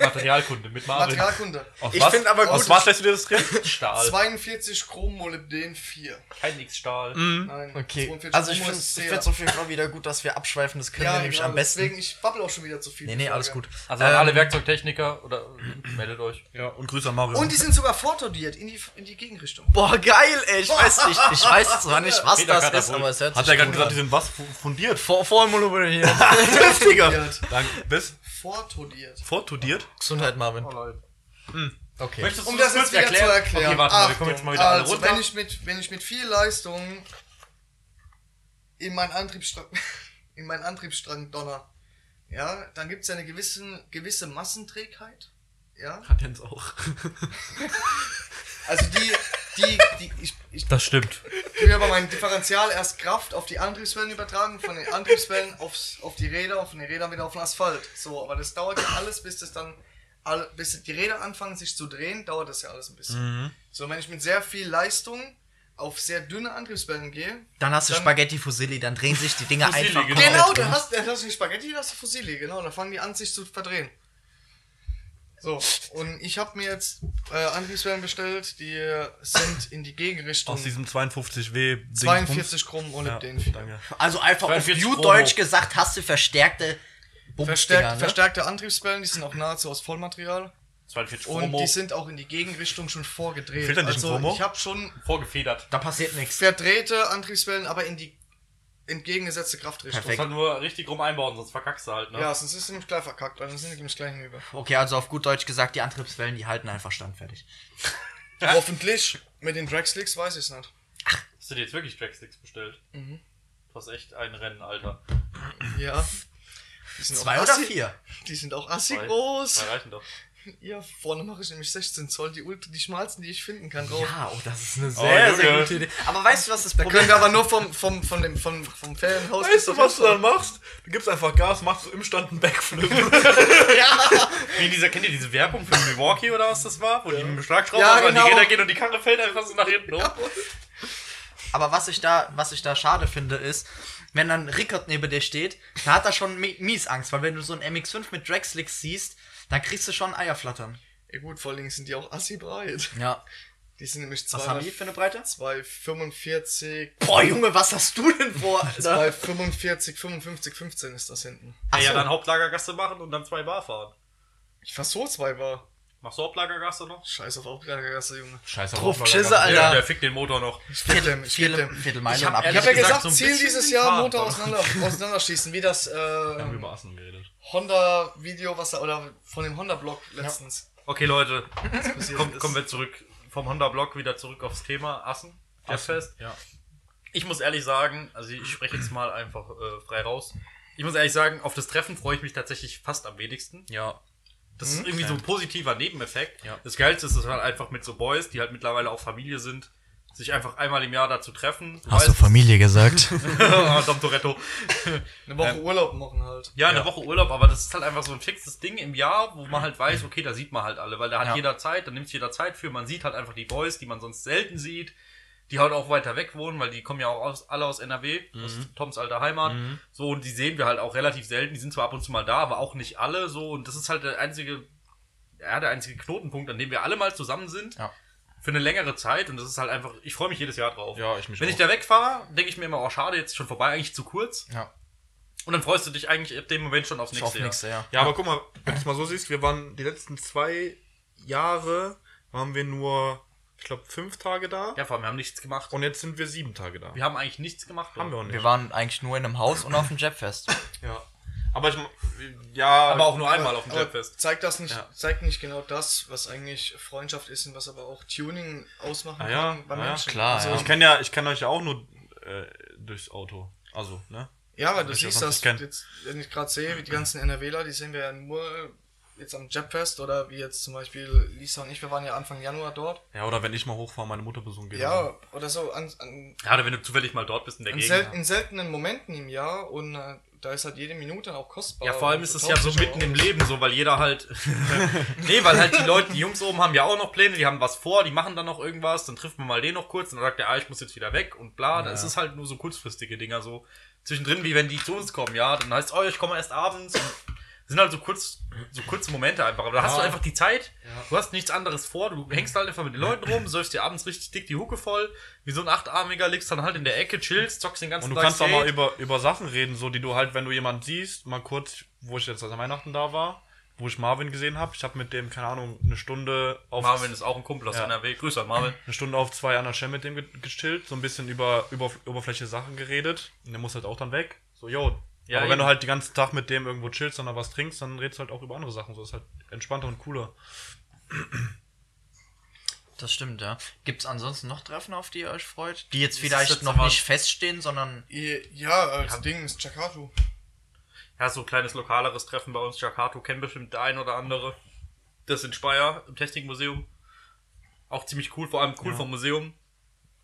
Materialkunde mit Marvin. Materialkunde. Aus Ich was- find aber Aus gut- was lässt du dir das drin? Stahl. 42 Chrommolybden 4. Kein nix Halt Stahl. Mm, Nein, Hm? Okay, 42 also ich Chromo finde ist es sehr- auf jeden Fall wieder gut, dass wir abschweifen. Das können ja, wir nämlich genau, am besten. Deswegen, ich babbel auch schon wieder zu viel. nee, nee, alles gut. Also an alle Ähm, Werkzeugtechniker oder meldet euch. Ja, und Grüße an Mario. Und die sind sogar vortodiert in die, in die Gegenrichtung. Boah, geil, ey. Ich weiß nicht, ich weiß zwar nicht, was Peter das ist, Katapult. aber es hört Hat sich er gerade gut gesagt, die an. sind was fu- fundiert? Vor, vor dem Ulubre hier. Heftiger. Danke. Bis Vortodiert. vortudiert? Gesundheit, Marvin. Oh, Leute. Okay. Möchtest Um das kurz jetzt wieder zu erklären. Okay, warte mal, wir Achtung, kommen jetzt mal wieder alle also, runter. Wenn ich, mit, wenn ich mit viel Leistung in meinen Antriebsstrang, in meinen Antriebsstrang donner, ja, dann gibt es ja eine gewisse, gewisse Massenträgheit. Ja, Hat Jens auch. also die, die, die ich, ich Das stimmt. tue mir aber mein Differential erst Kraft auf die Antriebswellen übertragen, von den Antriebswellen aufs, auf die Räder und von den Rädern wieder auf den Asphalt. So, aber das dauert ja alles, bis das dann, all- bis die Räder anfangen sich zu drehen, dauert das ja alles ein bisschen. Mhm. So, wenn ich mit sehr viel Leistung auf sehr dünne Antriebswellen gehe, Dann hast du Dann- Spaghetti Fusilli, dann drehen sich die Dinge Fusilli, einfach genau. komplett genau, um. ne? dann hast, dann hast du die Spaghetti, dann hast du Fusilli, genau, dann fangen die an, sich zu verdrehen. So, und ich habe mir jetzt äh, Antriebswellen bestellt, die sind in die Gegenrichtung. Aus diesem 52W. Ding 42 Chrom ohne Ja, den. danke. Also einfach auf 42 Euro. Judeutsch gesagt, hast du verstärkte Bums, Verstärkt, Digga, ne? Verstärkte Antriebswellen, die sind auch nahezu aus Vollmaterial. 42 Und Promo die sind auch in die Gegenrichtung schon vorgedreht. Fehlt da nicht ein also Promo? ich habe schon vorgefedert. Da passiert nichts. verdrehte Antriebswellen, aber in die entgegengesetzte Kraftrichtung. Du musst halt nur richtig rum einbauen, sonst verkackst du halt, ne? Ja, sonst ist es nämlich gleich verkackt, weil dann sind die nämlich gleich hinüber. Okay, also auf gut Deutsch gesagt, die Antriebswellen, die halten einfach standfertig. Hoffentlich. Mit den Dragslicks weiß ich es nicht. Hast du dir jetzt wirklich Dragsticks bestellt? Mhm. Du hast echt ein Rennen, Alter. Ja. Die sind Zwei auch oder assi- vier? Die sind auch assi Zwei. groß. Zwei reichen doch. Ja, vorne mache ich nämlich 16 Zoll, die, ult- die schmalsten, die ich finden kann, drauf. Ja, oh, das ist eine Junge. Idee. Aber weißt du, was das Da Problem können wir aber nur vom, vom, von dem, vom, vom Ferienhaus bis Weißt du, zum was du dann machst? Du gibst einfach Gas, machst du im Stand einen Backflip. Wie in dieser, kennt ihr diese Werbung für Milwaukee oder was das war? Wo die mit dem Schlagschrauber Ja, an genau. die Räder gehen und die Karre fällt einfach so nach hinten ne? hoch. Aber was ich da, was ich da schade finde, ist, wenn dann Rickert neben dir steht, da hat er schon mi- mies Angst, weil wenn du so einen MX5 mit Dragslicks siehst, dann kriegst du schon Eierflattern. Ja gut, vor allen Dingen sind die auch assi breit. Ja. Die sind nämlich Was haben die 200 für eine Breite? 245, Boah, Junge, was hast du denn vor? Alter? 245, 55, 15 ist das hinten. Ach Ja, so. dann Hauptlagergasse machen und dann zwei Bar fahren. Ich war so zwei war. Machst du Hauptlagergasse noch? Scheiß auf Auflagergasse, Junge. Scheiße, Drauf, Schisse, Ja, der Alter. fickt den Motor noch. Ich geb Viertel, dem, ich geb Viertel, dem. Viertelmeile Ich hab und ab. Ich ehrlich habe ja gesagt, gesagt, so ein Ziel bisschen dieses den Jahr Faden Motor verloren. auseinander, auseinanderschießen, wie das äh, über Assen geredet. Honda-Video, was da, oder von dem Honda-Blog letztens. Okay, Leute, passiert komm, ist. kommen wir zurück vom Honda-Blog wieder zurück aufs Thema Assen. Jazzfest. ja. Ich muss ehrlich sagen, also ich spreche jetzt mal einfach äh, frei raus. Ich muss ehrlich sagen, auf das Treffen freue ich mich tatsächlich fast am wenigsten. Ja. Mhm. Das ist irgendwie so ein positiver Nebeneffekt. Ja. Das Geilste ist, dass man einfach mit so Boys, die halt mittlerweile auch Familie sind, sich einfach einmal im Jahr dazu treffen. Du weißt- Familie gesagt? Ah, Dom Toretto. Eine Woche Urlaub machen halt. Ja, eine Woche Urlaub, aber das ist halt einfach so ein fixes Ding im Jahr, wo man halt weiß, okay, da sieht man halt alle, weil da hat Ja. jeder Zeit, da nimmt jeder Zeit für. Man sieht halt einfach die Boys, die man sonst selten sieht, die halt auch weiter weg wohnen, weil die kommen ja auch aus, alle aus NRW, aus Mhm. Toms alter Heimat. So, und die sehen wir halt auch relativ selten. Die sind zwar ab und zu mal da, aber auch nicht alle so. Und das ist halt der einzige, ja, der einzige Knotenpunkt, an dem wir alle mal zusammen sind. Ja. Für eine längere Zeit und das ist halt einfach, ich freue mich jedes Jahr drauf. Ja, ich mich Wenn auch. ich da wegfahre, denke ich mir immer, oh schade, jetzt schon vorbei, eigentlich zu kurz. Ja. Und dann freust du dich eigentlich ab dem Moment schon aufs Ich nächste hoffe Jahr. nichts, ja. Ja, aber guck mal, wenn du es mal so siehst, wir waren die letzten zwei Jahre, waren wir nur, ich glaube, fünf Tage da. Ja, vor allem, wir haben nichts gemacht. Und jetzt sind wir sieben Tage da. wir haben eigentlich nichts gemacht. Haben wir auch nicht. Wir waren eigentlich nur in einem Haus und auf dem Jabfest. Ja. Aber ich, ja. Aber auch nur einmal auf dem Aber Jabfest. Zeigt das nicht, Ja. zeigt nicht genau das, was eigentlich Freundschaft ist und was aber auch Tuning ausmachen Ah ja, kann bei ah ja, Menschen. klar, also, ja. Ich kenn ja, ich kenn euch ja auch nur äh, durchs Auto. Also, ne? Ja, aber du Ich siehst hab noch das, nicht kennt. jetzt, wenn ich gerade sehe, wie die ganzen NRWler, die sehen wir ja nur jetzt am Jabfest oder wie jetzt zum Beispiel Lisa und ich, wir waren ja Anfang Januar dort. Ja, oder wenn ich mal hochfahre, meine Mutter besuchen Genau. gehe. oder Ja, oder so, an, an, Gerade wenn du zufällig mal dort bist in der in, Gegend. sel in seltenen Momenten im Jahr und äh, da ist halt jede Minute auch kostbar. Ja, vor allem ist Und es ja so tauscht sich mitten auch. im Leben so, weil jeder halt. nee, weil halt die Leute, die Jungs oben haben ja auch noch Pläne, die haben was vor, die machen dann noch irgendwas, dann trifft man mal den noch kurz und dann sagt der, ah, ich muss jetzt wieder weg und bla. Das ist halt nur so kurzfristige Dinger so. Zwischendrin, wie wenn die zu uns kommen, ja, dann heißt, oh, ich komme erst abends und sind halt so kurz, so kurze Momente einfach. Aber da hast Ja. du einfach die Zeit, du hast nichts anderes vor, du hängst halt einfach mit den Leuten rum, säufst dir abends richtig dick die Hucke voll, wie so ein Achtarmiger, liegst dann halt in der Ecke, chillst, zockst den ganzen Und du kannst auch Skate. mal über, über Sachen reden, so die du halt, wenn du jemanden siehst, mal kurz, wo ich jetzt an Weihnachten da war, wo ich Marvin gesehen habe. Ich habe mit dem, keine Ahnung, eine Stunde auf Marvin ist auch ein Kumpel aus Ja. NRW. Grüße an Marvin. eine Stunde auf zwei an der Shell mit dem ge- gechillt, so ein bisschen über, über Oberfläche Sachen geredet. Und der muss halt auch dann weg. So, yo. Ja, Aber eben. wenn du halt den ganzen Tag mit dem irgendwo chillst und dann was trinkst, dann redest du halt auch über andere Sachen. So ist halt entspannter und cooler. Das stimmt, ja. Gibt's ansonsten noch Treffen, auf die ihr euch freut? Die jetzt vielleicht jetzt noch aber- nicht feststehen, sondern Ja, äh, das Ding ist Jakarta. Ja, so ein kleines lokaleres Treffen bei uns. Jakarta kennt bestimmt der ein oder andere. Das in Speyer im Technikmuseum. Auch ziemlich cool, vor allem cool vom Museum,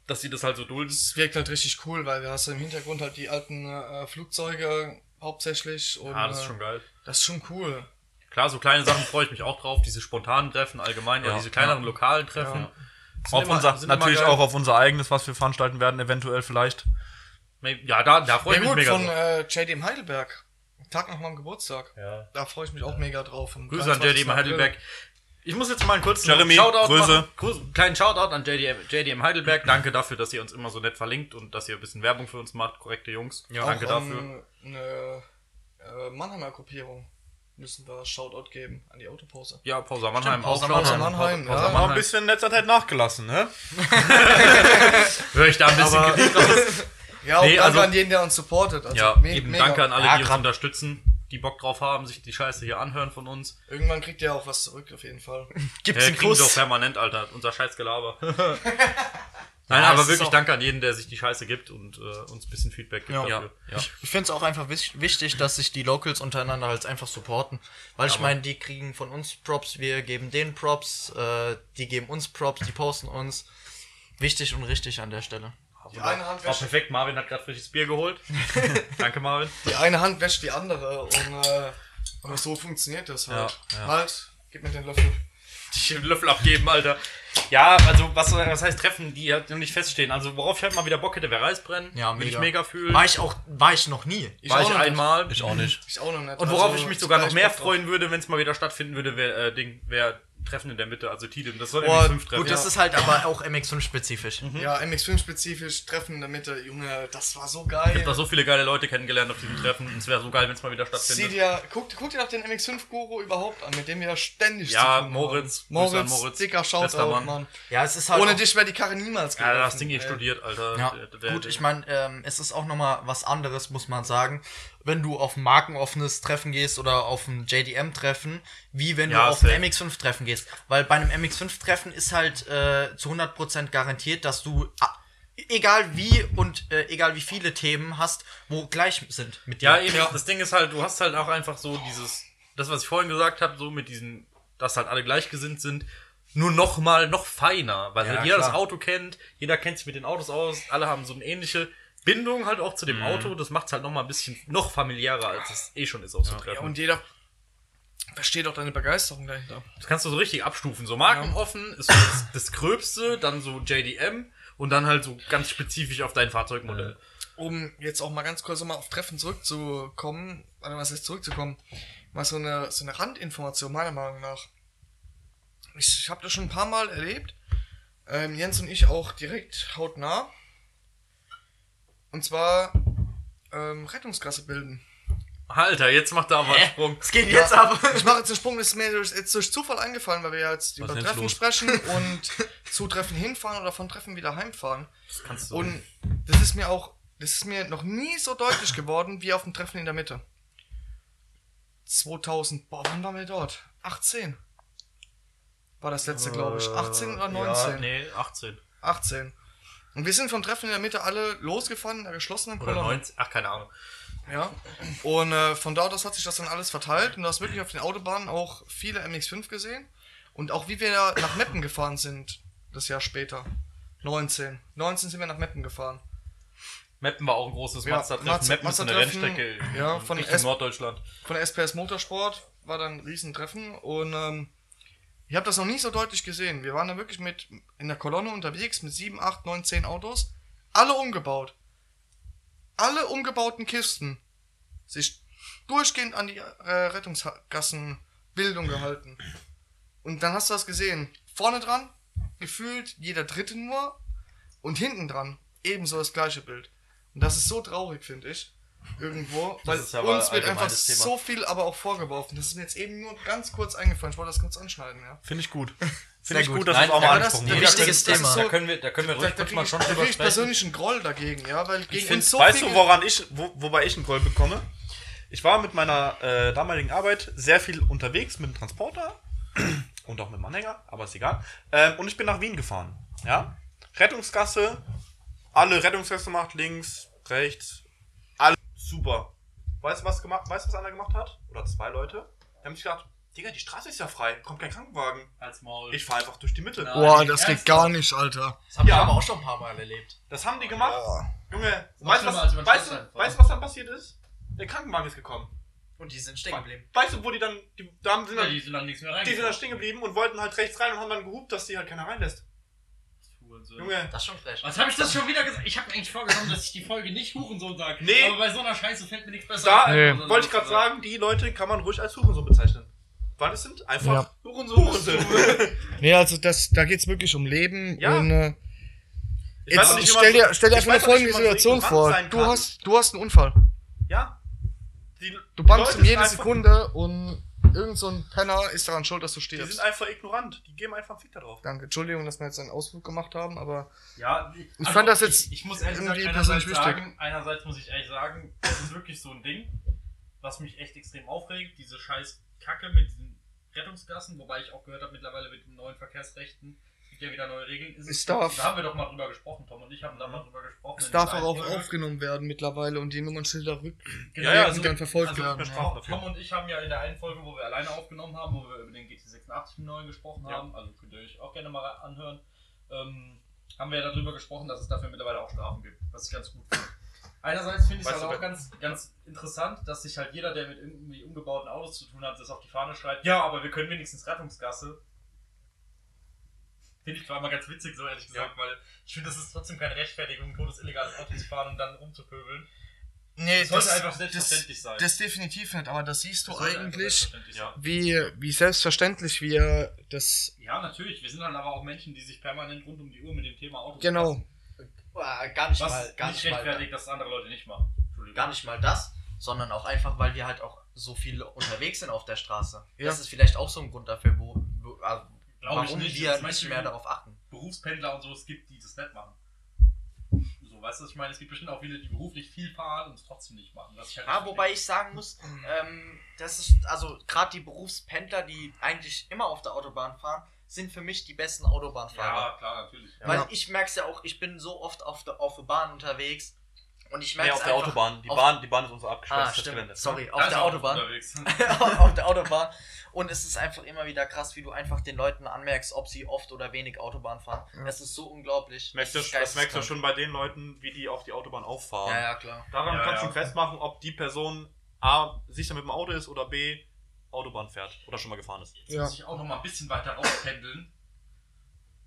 dass sie das halt so dulden. Es wirkt halt richtig cool, weil du hast im Hintergrund halt die alten äh, Flugzeuge hauptsächlich. Und, Ah, das ist äh, schon geil. Das ist schon cool. Klar, so kleine Sachen freue ich mich auch drauf. Diese spontanen Treffen allgemein, ja, Ja, diese kleineren lokalen Treffen. Ja. Sind Auf immer- unser, sind immer natürlich geil. auch auf unser eigenes, was wir veranstalten werden, eventuell vielleicht. Ja, da, da freue Ja ich mich gut, mega von drauf. äh, JD im Heidelberg. Tag nach meinem Geburtstag. Da freue ich mich auch mega drauf. Am Grüße an JD 23. im Heidelberg. Ich muss jetzt mal einen kurzen Jeremy, Shoutout Grüße. machen. Grüße. Kleinen Shoutout an JD, im- JD im Heidelberg. Danke dafür, dass ihr uns immer so nett verlinkt und dass ihr ein bisschen Werbung für uns macht. Korrekte Jungs. Auch Danke an dafür. Eine äh, Mannheimer Gruppierung müssen wir Shoutout geben an die Autopause. Ja, Pausa Mannheim. Pausa auch Shoutout. Mannheim, Mannheim, Pausa ja. Haben wir Mannheim. ein bisschen in letzter Zeit nachgelassen, ne? Höre ich da ein bisschen Aber- Kritik raus. Ja, und Nee, danke also- an jeden, der uns supportet. Also Ja, me- eben mega. danke an alle, Ja, die uns grad- unterstützen, die Bock drauf haben, sich die Scheiße hier anhören von uns. Irgendwann kriegt ihr auch was zurück, auf jeden Fall. gibt's Äh, einen kriegen sie auch Kuss. permanent, Alter. Unser scheiß Gelaber. Nein, Ja, es aber ist wirklich auch- danke an jeden, der sich die Scheiße gibt und äh, uns ein bisschen Feedback gibt Ja. dafür. Ich finde es auch einfach wis- wichtig, dass sich die Locals untereinander halt einfach supporten. Weil ich meine, die kriegen von uns Props, wir geben denen Props, äh, die geben uns Props, die posten uns. Wichtig und richtig an der Stelle. Die eine Hand War wäscht, perfekt, Marvin hat gerade frisches Bier geholt. danke, Marvin. die, eine Hand wäscht die andere. Und, äh, und so funktioniert das halt. Halt, gib mir den Löffel. Ich den Löffel abgeben, Alter. Ja, also was, was heißt Treffen, die halt noch nicht feststehen. Also worauf ich halt mal wieder Bock hätte, wäre Reisbrennen. Ja, Würde ich mega. mega fühlen. War ich auch, war ich noch nie. Ich War auch ich noch nicht. einmal. Ich auch nicht. Ich auch noch nicht. Und worauf Also, ich mich sogar noch gleich mehr Bock drauf. freuen würde, wenn es mal wieder stattfinden würde, wäre äh, Ding, wär Treffen in der Mitte, also Tiden. Das soll Boah, nämlich fünf Treffen. Gut, das ist halt aber auch MX5-spezifisch. Ja, MX5-spezifisch, Treffen in der Mitte. Junge, das war so geil. Ich habe da so viele geile Leute kennengelernt auf diesem Treffen. Und es wäre so geil, wenn es mal wieder Sieh stattfindet. dir, guck, guck dir doch den MX5-Guru überhaupt an, mit dem wir da ständig Ja, zu tun Moritz. haben. Grüße an Moritz, Moritz. Moritz, dicker Bester Shoutout, Mann. Mann. Ja, es ist halt. Ohne auch- dich wäre die Karre niemals Ja, das gelaufen, Ding hier ey. studiert, Alter. Ja, Der- der- gut, ich meine, ähm, es ist auch nochmal was anderes, muss man sagen, wenn du auf ein markenoffenes Treffen gehst oder auf ein JDM-Treffen, wie wenn Ja, du auf safe. ein MX5-Treffen gehst. Weil bei einem MX5-Treffen ist halt äh, zu 100% garantiert, dass du, ah, egal wie und äh, egal wie viele Themen hast, wo gleich sind mit dir. Ja, eben. Das Ding ist halt, du hast halt auch einfach so dieses, das, was ich vorhin gesagt habe, so mit diesen, dass halt alle gleichgesinnt sind, nur noch mal noch feiner, weil halt jeder das Auto kennt, jeder kennt sich mit den Autos aus, alle haben so eine ähnliche Bindung halt auch zu Mhm. dem Auto, das macht's halt noch mal ein bisschen noch familiärer, als es eh schon ist auf so einem Ja, Treffen. und jeder versteht auch deine Begeisterung dahinter. Das kannst du so richtig abstufen. So markenoffen ist so das, das Gröbste, dann so JDM und dann halt so ganz spezifisch auf dein Fahrzeugmodell. Um jetzt auch mal ganz kurz nochmal auf Treffen zurückzukommen, oder was heißt zurückzukommen, mal so eine, so eine Randinformation meiner Meinung nach. Ich, ich habe das schon ein paar Mal erlebt, ähm, Jens und ich auch direkt hautnah. Und zwar ähm, Rettungsgasse bilden. Alter, jetzt macht er aber einen Sprung. Es geht jetzt ab. Ich mache jetzt einen Sprung, das ist mir durch, jetzt durch Zufall eingefallen, weil wir ja jetzt über denn jetzt Treffen los? sprechen und zu Treffen hinfahren oder von Treffen wieder heimfahren. Das kannst du. Und das ist mir auch, das ist mir noch nie so deutlich geworden wie auf dem Treffen in der Mitte. 2000, boah, wann waren wir dort? 18. War das letzte, glaube ich. 18 oder 19? Äh, Ja, Ah, nee, 18. 18. Und wir sind vom Treffen in der Mitte alle losgefahren in der geschlossenen Oder 19. Ach, keine Ahnung. Ja. Und äh, von dort aus hat sich das dann alles verteilt und du hast wirklich auf den Autobahnen auch viele MX5 gesehen. Und auch wie wir da nach Meppen gefahren sind, das Jahr später. 19. 19 sind wir nach Meppen gefahren. Meppen war auch ein großes Ja, Mazda-Treffen. Maz- Meppen ist so eine Mazda-Treffen, Rennstrecke in- ja, in von Richtung S- Norddeutschland. von der SPS Motorsport war dann ein Riesentreffen und ähm, ich habe das noch nie so deutlich gesehen. Wir waren da wirklich mit in der Kolonne unterwegs mit 7, 8, 9, 10 Autos, alle umgebaut. Alle umgebauten Kisten. Sich durchgehend an die äh, Rettungsgassenbildung gehalten. Und dann hast du das gesehen. Vorne dran, gefühlt jeder Dritte nur. Und hinten dran, ebenso das gleiche Bild. Und das ist so traurig, finde ich. Irgendwo, weil ist aber uns wird einfach allgemeines Thema. so viel aber auch vorgeworfen. Das ist mir jetzt eben nur ganz kurz eingefallen. Ich wollte das kurz anschneiden, ja. Finde ich gut. Finde ich gut. gut, dass Nein, es auch aber mal das- angesprochen der wurde. Nee, Wichtiges da können- Thema. das ist So, da können wir, da können wir Da, ruhig da kurz kriege mal ich, schon da drüber krieg ich sprechen. persönlichen Groll dagegen, ja, weil gegen Ich find, uns so weißt viele... du, woran ich, wo, wobei ich einen Groll bekomme? Ich war mit meiner äh, damaligen Arbeit sehr viel unterwegs mit dem Transporter und auch mit dem Anhänger, aber ist egal. Ähm, und ich bin nach Wien gefahren. Ja? Rettungsgasse, alle Rettungsgasse gemacht, links, rechts, alles super. Weißt du, was gemacht, weißt du, was einer gemacht hat? Oder zwei Leute? Die haben sich gedacht, Digga, die Straße ist ja frei, kommt kein Krankenwagen. Als Maul. Ich fahre einfach durch die Mitte. Nein. Boah, das geht gar nicht, Alter. Das habe Ja. ich aber auch schon ein paar Mal erlebt. Das haben die gemacht. Junge, war weißt du, schlimmer, was, als über den weißt, Schlossstein du, fahren. weißt, du, was dann passiert ist? Der Krankenwagen ist gekommen. Und die sind stehen geblieben. Weißt du, wo die dann, die, da haben, sind Ja, dann, die die, sind dann nichts mehr sind dann stehen geblieben und wollten halt rechts rein und haben dann gehupt, dass die halt keiner reinlässt. Junge. Junge, Das ist schon fresh. Was habe ich das schon wieder gesagt? Ich habe eigentlich vorgenommen, dass ich die Folge nicht Hurensohn sage. Nee. Aber bei so einer Scheiße fällt mir nichts besser da ein. Nee. Also, wollte ich gerade also, sagen, die Leute kann man ruhig als Hurensohn bezeichnen. Weil das sind einfach Ja. Hurensohn. Hurensohn. Nee, also das, da geht's wirklich um Leben. Ja. Und, äh, Ich weiß jetzt auch nicht, wie stell man- dir, stell dir einfach eine ich weiß auch nicht, folgende wie man so Situation ignorant vor. sein Du kann. hast, du hast einen Unfall. Ja. Die, Du bangst um sind jede einfach- Sekunde und irgend so ein Penner ist daran schuld, dass du Die sind stirbst. einfach ignorant. Die geben einfach einen Fick da drauf. Danke. Entschuldigung, dass wir jetzt einen Ausflug gemacht haben, aber Ja, Ich fand das jetzt Ich, ich muss ehrlich irgendwie sagen, persönlich einerseits wichtig. sagen, einerseits muss ich ehrlich sagen, das ist wirklich so ein Ding, was mich echt extrem aufregt. Diese scheiß Kacke mit diesen Rettungsgassen, wobei ich auch gehört habe, mittlerweile mit den neuen Verkehrsrechten. Es gibt ja wieder neue Regeln. Ist Es darf- Da haben wir doch mal drüber gesprochen, Tom und ich haben da mal drüber gesprochen. es in darf dieser aber auch Folge. aufgenommen werden mittlerweile und die Nummernschilder rück Genau. Ja, ja, und also- dann verfolgt also- werden. Strafe Tom, Tom und ich haben ja in der einen Folge, wo wir alleine aufgenommen haben, wo wir über den GT86 neuen gesprochen Ja. haben, also könnt ihr euch auch gerne mal anhören, ähm, haben wir ja darüber gesprochen, dass es dafür mittlerweile auch Strafen gibt, was ich ganz gut finde. Einerseits finde ich es Weißt halt du, auch wer- ganz, ganz interessant, dass sich halt jeder, der mit irgendwie umgebauten Autos zu tun hat, das auf die Fahne schreibt, ja, aber wir können wenigstens Rettungsgasse. Finde ich zwar immer ganz witzig, so ehrlich gesagt, weil ich finde, das ist trotzdem keine Rechtfertigung, ein totes illegales Auto zu fahren und dann rumzupöbeln. Nee, Es sollte einfach selbstverständlich sein. Das definitiv nicht, aber das siehst du Das sollte einfach eigentlich, selbstverständlich sein. wie, wie selbstverständlich wir das. Ja, natürlich. Wir sind dann aber auch Menschen, die sich permanent rund um die Uhr mit dem Thema Autos Genau. Boah, gar befassen, nicht mal, Was gar nicht nicht, mal, rechtfertigt, dass es andere Leute nicht machen. Entschuldigung. gar nicht mal das, sondern auch einfach, weil wir halt auch so viele unterwegs sind auf der Straße. Ja. Das ist vielleicht auch so ein Grund dafür, wo, wo äh, Glaube ich warum nicht. Zum wir nicht Beispiel mehr darauf achten. Berufspendler und so, es gibt, die das nicht machen. So, weißt du, was ich meine? Es gibt bestimmt auch viele, die beruflich viel fahren und es trotzdem nicht machen. Was ich halt Ja, nicht Ah, wobei ich sagen muss, ähm, das ist, also gerade die Berufspendler, die eigentlich immer auf der Autobahn fahren, sind für mich die besten verstehe. Autobahnfahrer. Ja, klar, natürlich. Ja. Weil Ja. ich merke es ja auch, ich bin so oft auf der, auf der Bahn unterwegs und ich Nee, merke es auf der einfach. Autobahn. Die auf- Bahn, die Bahn ist unser Ah, abgesperrtes stimmt. Gelände. ne? Sorry, Da auf ist der auch Autobahn. Unterwegs. auf der Autobahn. Und es ist einfach immer wieder krass, wie du einfach den Leuten anmerkst, ob sie oft oder wenig Autobahn fahren. Ja. Das ist so unglaublich. Merkst du, ist das merkst du geisteskrank. schon bei den Leuten, wie die auf die Autobahn auffahren. Ja, ja, klar. Daran Ja, kannst ja. du festmachen, ob die Person A sicher mit dem Auto ist oder B Autobahn fährt oder schon mal gefahren ist. Jetzt muss ich auch noch mal ein bisschen weiter rauspendeln.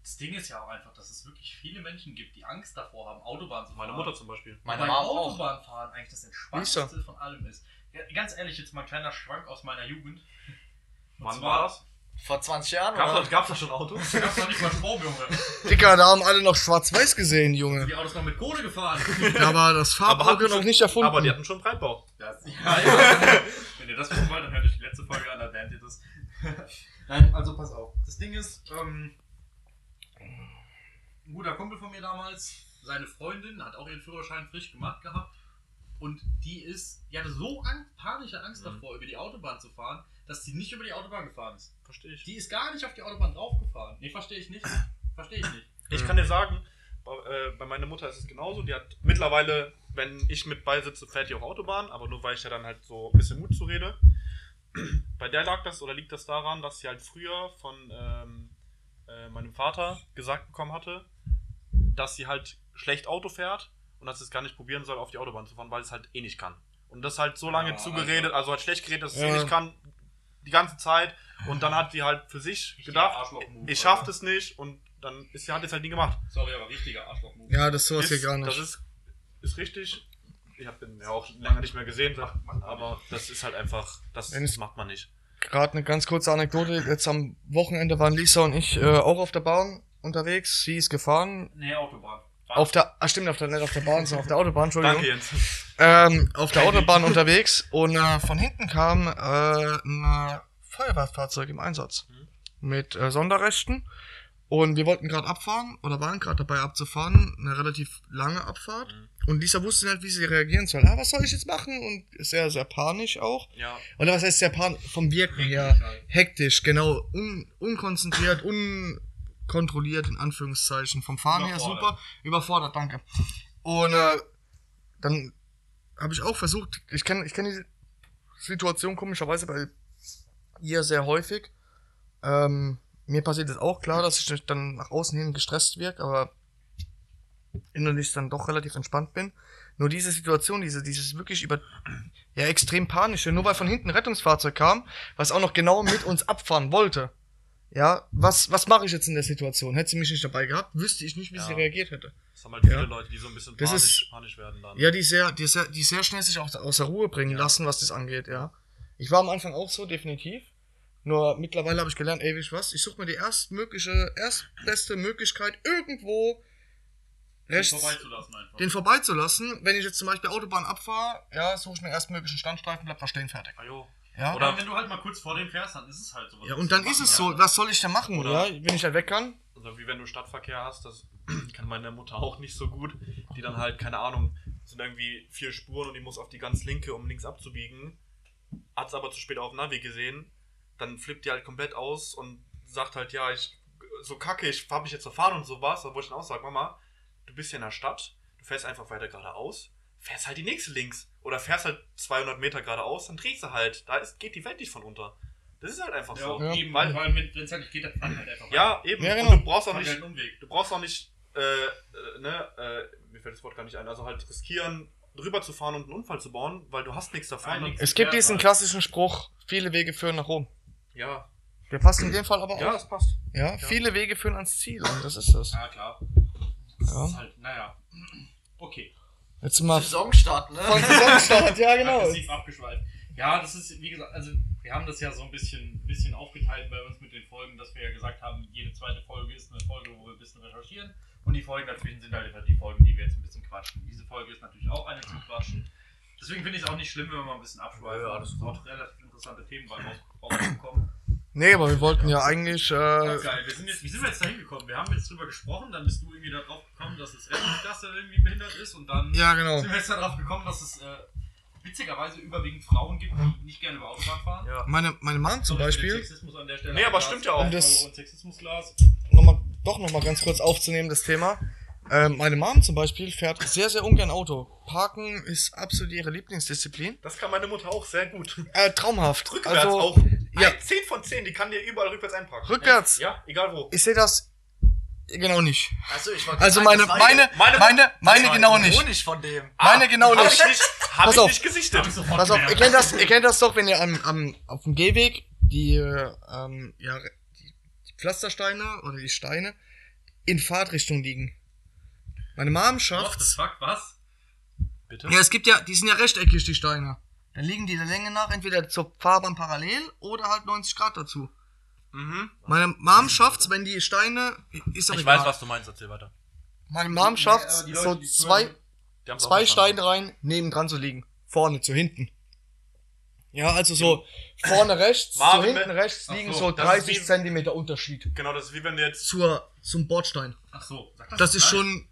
Das Ding ist ja auch einfach, dass es wirklich viele Menschen gibt, die Angst davor haben, Autobahn zu fahren. Meine Mutter zum Beispiel. Meine Wobei Mom auch. Autobahn fahren eigentlich das entspannteste von allem ist. Ja, ganz ehrlich, jetzt mal ein kleiner Schwank aus meiner Jugend. Und Wann zwar- war das? Vor 20 Jahren, Gab's oder? da, gab's da schon Autos? Da gab's noch nicht mal Strom, Junge. Dicker, da haben alle noch schwarz-weiß gesehen, Junge. Die Autos noch mit Kohle gefahren. Da war das Farbauge hatten noch sie- nicht erfunden. Aber die hatten schon Breitbau. Das, ja, ja. Wenn ihr das wissen wollt, dann hört euch die letzte Folge an, dann lernt ihr das. Nein, also pass auf. Das Ding ist, ähm, ein guter Kumpel von mir damals, seine Freundin hat auch ihren Führerschein frisch gemacht gehabt und die ist, die hatte so an, panische Angst davor, über die Autobahn zu fahren, dass sie nicht über die Autobahn gefahren ist. Verstehe ich. Die ist gar nicht auf die Autobahn draufgefahren. Nee, verstehe ich nicht. Verstehe ich nicht. Ich kann dir sagen, bei, äh, bei meiner Mutter ist es genauso. Die hat mittlerweile, wenn ich mit beisitze, fährt die auch Autobahn, aber nur weil ich ja dann halt so ein bisschen Mut zu rede. Bei der lag das oder liegt das daran, dass sie halt früher von ähm, äh, meinem Vater gesagt bekommen hatte, dass sie halt schlecht Auto fährt und dass sie es gar nicht probieren soll, auf die Autobahn zu fahren, weil es halt eh nicht kann. Und das halt so lange Ah, zugeredet, also hat schlecht geredet, dass es eh Ja. nicht kann, die ganze Zeit. Und dann hat sie halt für sich gedacht, Arschloch-Move, ich schaff Alter. das nicht und dann ist sie hat jetzt halt nie gemacht. Sorry, aber richtiger Arschloch-Move. Ja, das sowas Ist- hier gar nicht. Das ist, ist richtig. ich habe den ja auch länger nicht mehr gesehen, aber das ist halt einfach, das Wenn es- macht man nicht. Gerade eine ganz kurze Anekdote. Jetzt am Wochenende waren Lisa und ich äh, auch auf der Bahn unterwegs. Sie ist gefahren. Nee, Autobahn. Auf der, ah, stimmt, auf der, nicht auf der Bahn, sondern auf der Autobahn, Entschuldigung. Danke, Jens. ähm, auf der Autobahn unterwegs und äh, von hinten kam äh, ein Feuerwehrfahrzeug im Einsatz mit äh, Sonderrechten und wir wollten gerade abfahren oder waren gerade dabei abzufahren, eine relativ lange Abfahrt und Lisa wusste nicht, wie sie reagieren soll. Ah, was soll ich jetzt machen? Und sehr, sehr panisch auch. Ja, Oder was heißt Japan? Vom Wirken her. Hektisch, genau. Un unkonzentriert, unkontrolliert, in Anführungszeichen. Vom Fahren her super. Überfordert. Überfordert, danke. Und äh, dann habe ich auch versucht, ich kenne ich kenn die Situation komischerweise bei ihr sehr häufig. Ähm, mir passiert es auch klar, dass ich dann nach außen hin gestresst wirke, aber innerlich dann doch relativ entspannt bin. Nur diese Situation, diese, dieses wirklich über, ja, extrem panische, nur weil von hinten ein Rettungsfahrzeug kam, was auch noch genau mit uns abfahren wollte. Ja, was, was mache ich jetzt in der Situation? Hätte sie mich nicht dabei gehabt, wüsste ich nicht, wie sie Ja. reagiert hätte. das haben halt viele Ja. Leute, die so ein bisschen Das panisch, ist- panisch werden dann. Ja, die sehr, die sehr, die sehr schnell sich auch aus der Ruhe bringen lassen, was das angeht, ja. Ich war am Anfang auch so, definitiv. Nur mittlerweile habe ich gelernt, ey, weißt du was? Ich suche mir die erstmögliche, erstbeste Möglichkeit, irgendwo rechts Vorbeizulassen einfach. den vorbeizulassen. Wenn ich jetzt zum Beispiel Autobahn abfahre, ja, suche ich mir erstmöglichen Standstreifen, bleib da stehen, fertig. Ah, jo. Ja. Oder wenn du halt mal kurz vor dem fährst, dann ist es halt so. Was ja, willst und du dann ist machen? es Ja. so, was soll ich denn machen, Oder- oder? Ja, wenn ich halt weg kann? Also wie wenn du Stadtverkehr hast, das kann meine Mutter auch nicht so gut, die dann halt, keine Ahnung, sind irgendwie vier Spuren und die muss auf die ganz linke, um links abzubiegen, hat's aber zu spät auf dem Navi gesehen, dann flippt die halt komplett aus und sagt halt, ja, ich, so kacke, ich hab mich jetzt verfahren und sowas, obwohl ich dann auch sage, Mama, du bist hier in der Stadt, du fährst einfach weiter geradeaus, fährst halt die nächste links oder fährst halt 200 Meter geradeaus, dann drehst du halt, da ist, geht die Welt nicht von unter. Das ist halt einfach Ja, so. Ja. eben, weil, Weil, weil wenn es halt nicht geht, dann fahren halt einfach. ja, eben. Ja, Und genau. du brauchst auch Fahren wir nicht einen Umweg. du brauchst auch nicht, äh, äh, ne, äh, mir fällt das Wort gar nicht ein, also halt riskieren, drüber zu fahren und einen Unfall zu bauen, weil du hast nichts davon. Nein, nix. Es gibt Ja, diesen Mann. klassischen Spruch, viele Wege führen nach Rom. ja, Der passt in dem Fall aber auch. ja, das passt. Ja, viele Wege führen ans Ziel und das ist es. Ja, klar. Das Ja. ist halt, naja. Okay. Jetzt mal Saisonstart, ne? von Saisonstart, ja genau. Aggressiv abgeschweift. Ja, das ist, wie gesagt, also wir haben das ja so ein bisschen, bisschen aufgeteilt bei uns mit den Folgen, dass wir ja gesagt haben, jede zweite Folge ist eine Folge, wo wir ein bisschen recherchieren. Und die Folgen dazwischen sind halt die Folgen, die wir jetzt ein bisschen quatschen. Diese Folge ist natürlich auch eine zum Quatschen. Deswegen finde ich es auch nicht schlimm, wenn wir mal ein bisschen abschweifen. Ja, das ist auch relativ interessante Themen bei rausgekommen. Nee, aber wir wollten ja eigentlich äh, Ganz geil. Wir sind jetzt, wie sind wir jetzt da hingekommen? Wir haben jetzt drüber gesprochen, dann bist du irgendwie darauf gekommen, dass das Rettungsgasse irgendwie behindert ist und dann ja genau. sind wir jetzt darauf gekommen, dass es äh, witzigerweise überwiegend Frauen gibt, die nicht gerne über Autobahn fahren. Ja. Meine meine Mom zum Sorry für den Beispiel, um Sexismus an der Stelle. Nee, aber Glas. stimmt ja auch. Und Das- und Sexismusglas. noch mal, doch noch mal ganz kurz aufzunehmen das Thema. Ähm, meine Mom zum Beispiel fährt sehr sehr ungern Auto. Parken ist absolut ihre Lieblingsdisziplin. Das kann meine Mutter auch sehr gut. Äh, traumhaft. Rückwärts also, auch. ja. Ein 10 von 10, die kann dir überall rückwärts einparken. Rückwärts? Ja, egal wo. Ich sehe das genau nicht. Also, ich war Also meine meine meine meine, genau nicht. Honig von dem. Meine genau Ah, Hab ich nicht. nicht, hab Pass ich auf. nicht gesichtet. Pass auf, ihr kennt das, ihr kennt das doch, wenn ihr am, am, auf dem Gehweg die, äh, ähm, ja, die Pflastersteine oder die Steine in Fahrtrichtung liegen. Meine Mom What the schafft's. fuck, was? Bitte? Ja, es gibt ja, die sind ja rechteckig, die Steine. Dann liegen die der Länge nach entweder zur Fahrbahn parallel oder halt 90 Grad dazu. Mhm. Meine Mom schafft's, wenn die Steine, ist doch Ich egal. weiß, was du meinst, erzähl weiter. Meine Mom schafft's, aber die Leute, so die zwei, zuhören- Die haben's auch zwei verstanden. Steine rein, nebendran zu liegen. Vorne zu hinten. Ja, also so vorne rechts, zu Marvin, hinten rechts Ach liegen so, so, das 30 ist wie- Zentimeter Unterschied Genau, das ist wie wenn du jetzt. zur, zum Bordstein. Ach so, sag Das ist gleich. schon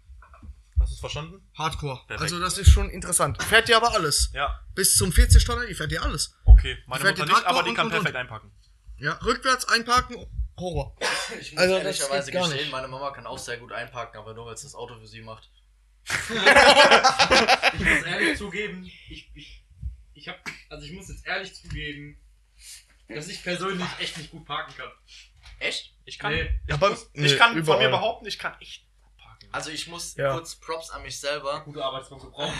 Hast du es verstanden? hardcore. Perfekt. Also das ist schon interessant. Fährt ihr aber alles. Ja, Bis zum 40 Tonner, die fährt ihr alles. okay. Meine Fährt Mutter die nicht, aber Traktor die und, kann und, perfekt einpacken. Ja, rückwärts einparken, Horror. Ich muss Also, das ehrlicherweise geht gar gestehen, nicht. meine Mama kann auch sehr gut einparken, aber nur weil es das Auto für sie macht. Ich muss ehrlich zugeben, ich, ich, ich hab, also ich muss jetzt ehrlich zugeben, dass ich persönlich echt nicht gut parken kann. Echt? Ich kann. Nee. Ich, aber- muss, nee, ich kann von überall. mir behaupten, ich kann echt parken. Also ich muss Ja. kurz Props an mich selber. Gute Arbeitsgruppe brauchen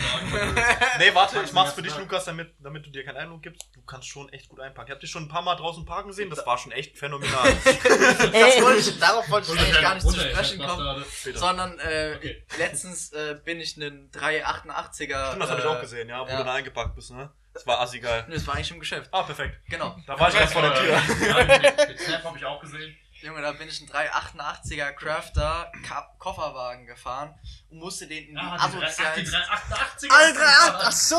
Nee, warte, ich den mach's ganzen für dich, Tag. Lukas, damit, damit du dir keinen Eindruck gibst. Du kannst schon echt gut einpacken. Ich hab dich schon ein paar Mal draußen parken gesehen, das war schon echt phänomenal. Das wollte ich, darauf wollte Also, ich eigentlich da. gar nicht zu sprechen kommen. Sondern äh, Okay. letztens äh, bin ich einen 388er. Stimmt, das habe äh, ich auch gesehen, ja, wo ja. du da eingepackt bist, ne? Das war assi geil. Das war eigentlich im Geschäft. Ah, perfekt. Genau. Da war ich ganz vor der Tür. Den Snap habe ich auch gesehen. Junge, da bin ich einen 388er Crafter Ka Kofferwagen gefahren und musste den in die Ah, die asozialen 388. Alle drei, ach, ach so,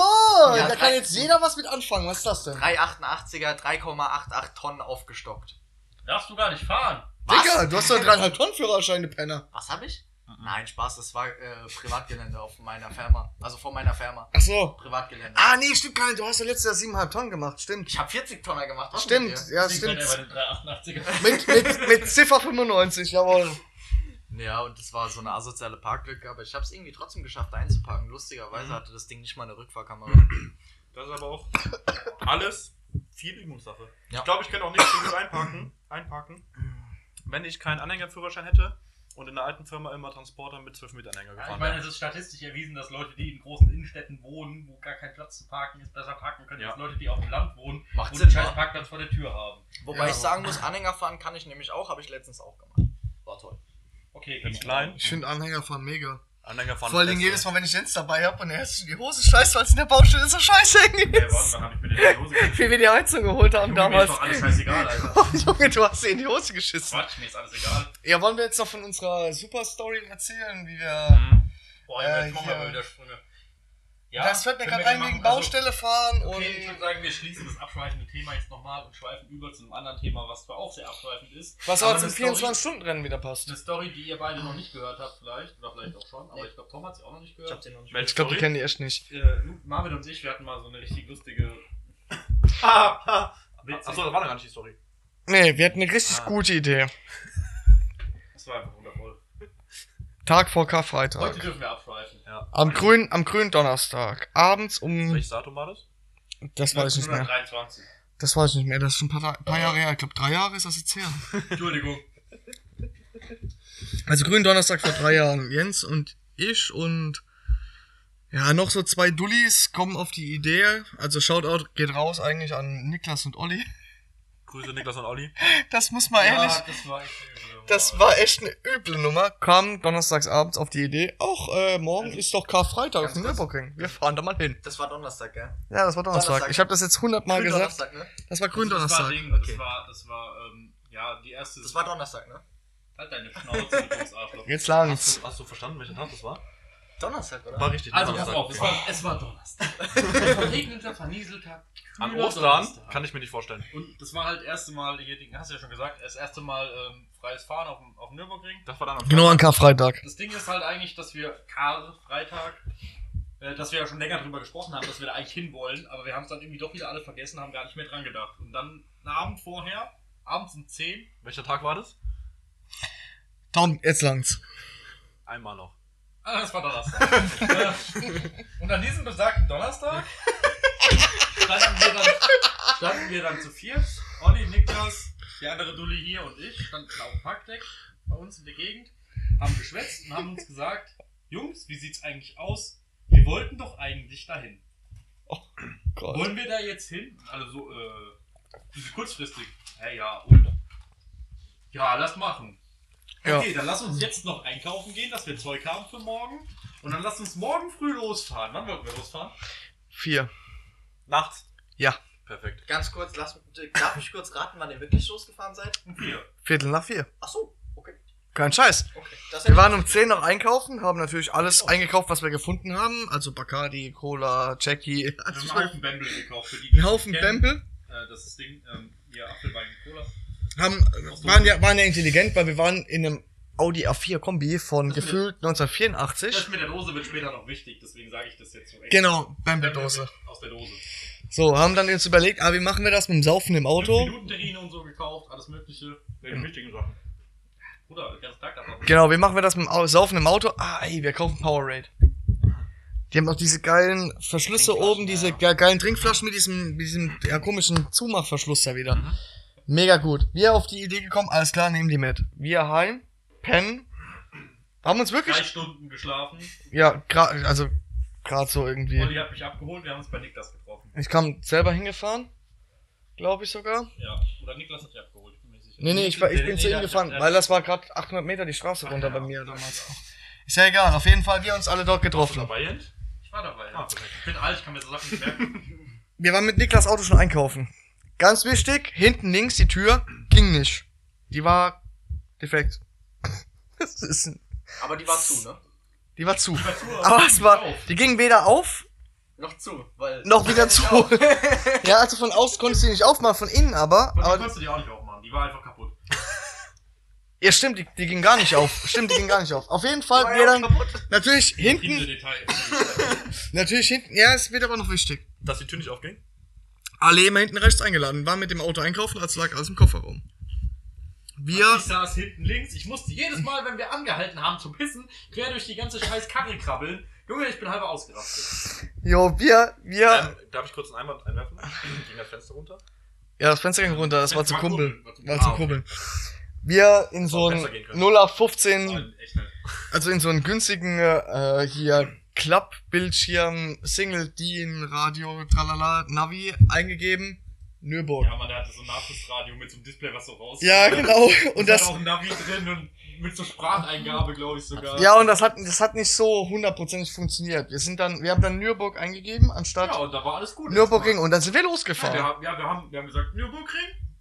da Ja, drei- kann jetzt jeder was mit anfangen. Was ist das denn? 388er 3,88 Tonnen aufgestockt. Darfst du gar nicht fahren. Was? Digga, du hast doch einen dreieinhalb Tonnen Führerschein, du Penner. Was habe ich? Mhm. Nein, Spaß, das war äh, Privatgelände auf meiner Firma. Also vor meiner Firma. Ach so. Privatgelände. Ah, nee, stimmt gar nicht. Du hast ja letztes Jahr siebeneinhalb Tonnen gemacht. Stimmt. Ich habe 40 Tonner gemacht. was mit Stimmt, dir? ja, Deswegen fährt stimmt. er bei den 388er. Mit, mit, mit Ziffer 95, jawohl. Ja, und das war so eine asoziale Parklücke, aber ich habe es irgendwie trotzdem geschafft einzupacken. Lustigerweise Mhm. hatte das Ding nicht mal eine Rückfahrkamera. Das ist aber auch alles viel Übungssache. Ja. Ich glaube, ich könnte auch nicht so gut einparken, einparken, wenn ich keinen Anhängerführerschein hätte und in der alten Firma immer Transporter mit 12 Meter Ja, Anhänger ich gefahren meine, wäre. es ist statistisch erwiesen, dass Leute, die in großen Innenstädten wohnen, wo gar kein Platz zu parken ist, besser parken können, Ja. als Leute, die auf dem Land wohnen Macht und Sinn, einen scheiß ja. Parkplatz vor der Tür haben. Wobei ich sagen muss, Anhänger fahren kann ich nämlich auch, habe ich letztens auch gemacht. War toll. Okay, Im geht. Kleinen. Ich finde Anhänger fahren mega. Anhänger fahren Vor allen Dingen Beste. jedes Mal, wenn ich Jens dabei habe und er ist in die Hose scheißt, weil es in der Baustelle so scheiße hängt. Ey, warte, wann hab ich mir denn die Hose gekriegt? Wie wir die Heizung geholt haben Junge, Mir ist damals. doch alles scheißegal, Alter. Oh, Junge, du hast dir in die Hose geschissen. Quatsch, mir ist alles egal. Ja, wollen wir jetzt noch von unserer Super-Story erzählen, wie wir... Mhm. Boah, Junge, Äh, jetzt machen wir ja. mal wieder Sprünge. Ja, das fällt mir können gerade wir ein, gerne wegen machen. Baustelle fahren Also, okay, ich und... würde sagen, wir schließen das abschweifende Thema jetzt nochmal und schweifen über zu einem anderen Thema, was zwar auch sehr abschweifend ist. Was aber Aber zum eine Story- 24-Stunden-Rennen wieder passt. Eine Story, die ihr beide noch nicht gehört habt, vielleicht, oder vielleicht auch schon, aber ich glaube, Tom hat sie auch noch nicht gehört. den noch nicht. Welche Ich glaube, die Story? kennen die echt nicht. äh, Marvin und ich, wir hatten mal so eine richtig lustige. Ah, ah. Witzig. Achso, das war noch gar nicht die Story. Nee, wir hatten eine richtig gute Idee. Ah. Das war einfach wundervoll. Tag vor Heute Karfreitag. dürfen wir abschweifen. Am grünen, am grünen Donnerstag. Abends um... Welches Datum war das? Das weiß ich nicht mehr. 23. Das weiß ich nicht mehr. Das ist schon ein paar, Ta- paar Jahre her. Ich glaube, drei Jahre ist das jetzt her. Entschuldigung. Also grünen Donnerstag vor drei Jahren. Jens und ich und ja, noch so zwei Dullis kommen auf die Idee. Also Shoutout geht raus eigentlich an Niklas und Olli. Grüße Niklas und Olli. Das muss man ehrlich. Ja, das war echt übel. Das war echt eine üble Nummer. Kamen donnerstags abends auf die Idee, ach, äh, morgen ist doch Karfreitag auf dem Nürburgring. Wir fahren da mal hin. Das war Donnerstag, gell? Ja, das war Donnerstag. Donnerstag. Ich habe das jetzt hundertmal Grün gesagt. Donnerstag, ne? Das war Also, Das war, Gründonnerstag. Ding, das Okay. war, das war, ähm, ja, die erste. Das war Donnerstag, ne? halt deine Schnauze, du dummes Arschloch. Jetzt Hast langt's. du, hast du verstanden, welcher Tag das war? Donnerstag, oder? War richtig. Also, pass Donnerstag. auf, es war, es war Donnerstag. Verregneter, vernieselter, An kühler Ostern Donnerstag. kann ich mir nicht vorstellen. Und das war halt das erste Mal, hier, Ding, hast du ja schon gesagt, das erste Mal ähm, freies Fahren auf dem, auf dem Nürburgring. Das war dann am Genau an Karfreitag. Das Ding ist halt eigentlich, dass wir Kar Freitag, äh, dass wir ja schon länger drüber gesprochen haben, dass wir da eigentlich hinwollen, aber wir haben es dann irgendwie doch wieder alle vergessen, haben gar nicht mehr dran gedacht. Und dann einen Abend vorher, abends um 10, Welcher Tag war das? Tom, jetzt langt's. Einmal noch. ah, das war Donnerstag. äh, und an diesem besagten Donnerstag standen wir dann, standen wir dann zu viert, Olli, Niklas, der andere Dulli hier und ich, standen auf dem Parkdeck bei uns in der Gegend, haben geschwätzt und haben uns gesagt, Jungs, wie sieht's eigentlich aus? Wir wollten doch eigentlich dahin. Gott. Wollen wir da jetzt hin? Also so, äh, diese kurzfristig. Ja, ja, und? Ja, lass machen. Ja. Okay, dann lass uns jetzt noch einkaufen gehen, dass wir Zeug haben für morgen. Und dann lass uns morgen früh losfahren. Wann wollten wir losfahren? Vier. Nachts. Ja. Perfekt. Ganz kurz, lass, darf ich kurz raten, wann ihr wirklich losgefahren seid? Um vier. Viertel nach vier. Ach so, okay. Kein Scheiß. okay. Das Wir waren um 10 noch einkaufen, haben natürlich alles eingekauft, was wir gefunden haben. Also Bacardi, Cola, Jackie. Wir haben Also einen Haufen Bämbel gekauft für die, die einen Haufen es kennen. Bämpel. Äh, das ist Ding, ähm, ihr Apfelwein und Cola. Haben, waren, ja, waren ja intelligent, weil wir waren in einem Audi A4 Kombi von Das gefühlt Das 1984. mit der Dose wird später noch wichtig, deswegen sage ich das jetzt so. extra. Genau, Bämpel-Dose. Aus der Dose. So, haben dann jetzt überlegt, ah, wie machen wir das mit dem Saufen im Fünf Auto? Minuten Terrine und so gekauft, alles mögliche. Welche wichtigen Sachen? Bruder, den ganzen Tag davon. Genau, wie machen wir das mit dem Au- Saufen im Auto? Ah, ey, wir kaufen Powerade. Die haben auch diese geilen Verschlüsse Trinkflaschen, oben, diese ja. ge- geilen Trinkflaschen mit diesem, mit diesem ja, komischen Zumachverschluss da wieder. Mhm. Mega gut. Wir auf die Idee gekommen, alles klar, nehmen die mit. Wir heim, pennen, Haben uns wirklich. Drei Stunden geschlafen. Ja, gra also gerade so irgendwie. Olli hat mich abgeholt, wir haben uns bei Niklas getroffen. Ich kam selber hingefahren, glaube ich sogar. Ja. Oder Niklas hat dich abgeholt, bin mir sicher. Nee, nee, ich, war, ich bin zu ihm gefahren, weil das war gerade 800 Meter die Straße runter bei mir damals. Ist ja egal, auf jeden Fall wir uns alle dort getroffen. Dabei, Jens? Ich war dabei. Ja. ich bin alt, Also, ich kann mir so Sachen nicht merken. Wir waren mit Niklas Auto schon einkaufen. Ganz wichtig, hinten links die Tür ging nicht. Die war defekt. Das ist, ein- Aber die war zu, ne? die war zu. Aber es war, die ging weder auf Noch zu, weil. noch wieder zu. Ja, also von außen konntest du die nicht aufmachen, von innen aber. Und die aber konntest du dir auch nicht aufmachen, die war einfach kaputt. ja, stimmt, die, die ging gar nicht auf. Stimmt, die ging gar nicht auf. Auf jeden Fall, wir dann natürlich Diese hinten, Details. natürlich hinten. Ja, es wird aber noch wichtig. Dass die Tür nicht aufging? Alle immer hinten rechts eingeladen, waren mit dem Auto einkaufen, als lag alles im Kofferraum. Wir Ich saß hinten links. Ich musste jedes Mal, wenn wir angehalten haben zum Pissen, quer durch die ganze scheiß Karre krabbeln. Junge, ich bin halber ausgerastet. Jo, wir, wir. Ähm, darf ich kurz einen Einwand einwerfen? Ging das Fenster runter? ja, das Fenster ging runter, das war zum Kumpel. Kumpeln. War zum Kumpeln. Wir in so Auch einen besser gehen können. 0815, Nein, echt ne? nicht. also in so einen günstigen, äh, hier, Klappbildschirm, Single, DIN, Radio, tralala, Navi eingegeben. Nürburg. Ja, man, der hatte so ein Nachrichtenradio mit so einem Display, was so raus. Ja, genau. Und Das das, hat auch ein Navi drin und mit so Spracheingabe, glaube ich sogar. ja, und das hat, das hat nicht so hundertprozentig funktioniert. Wir sind dann, wir haben dann Nürburg eingegeben, Ja, anstatt und da war alles gut. Nürburgring, und dann sind wir Ja, losgefahren. wir, haben, ja, wir, haben, wir haben gesagt, Nürburgring,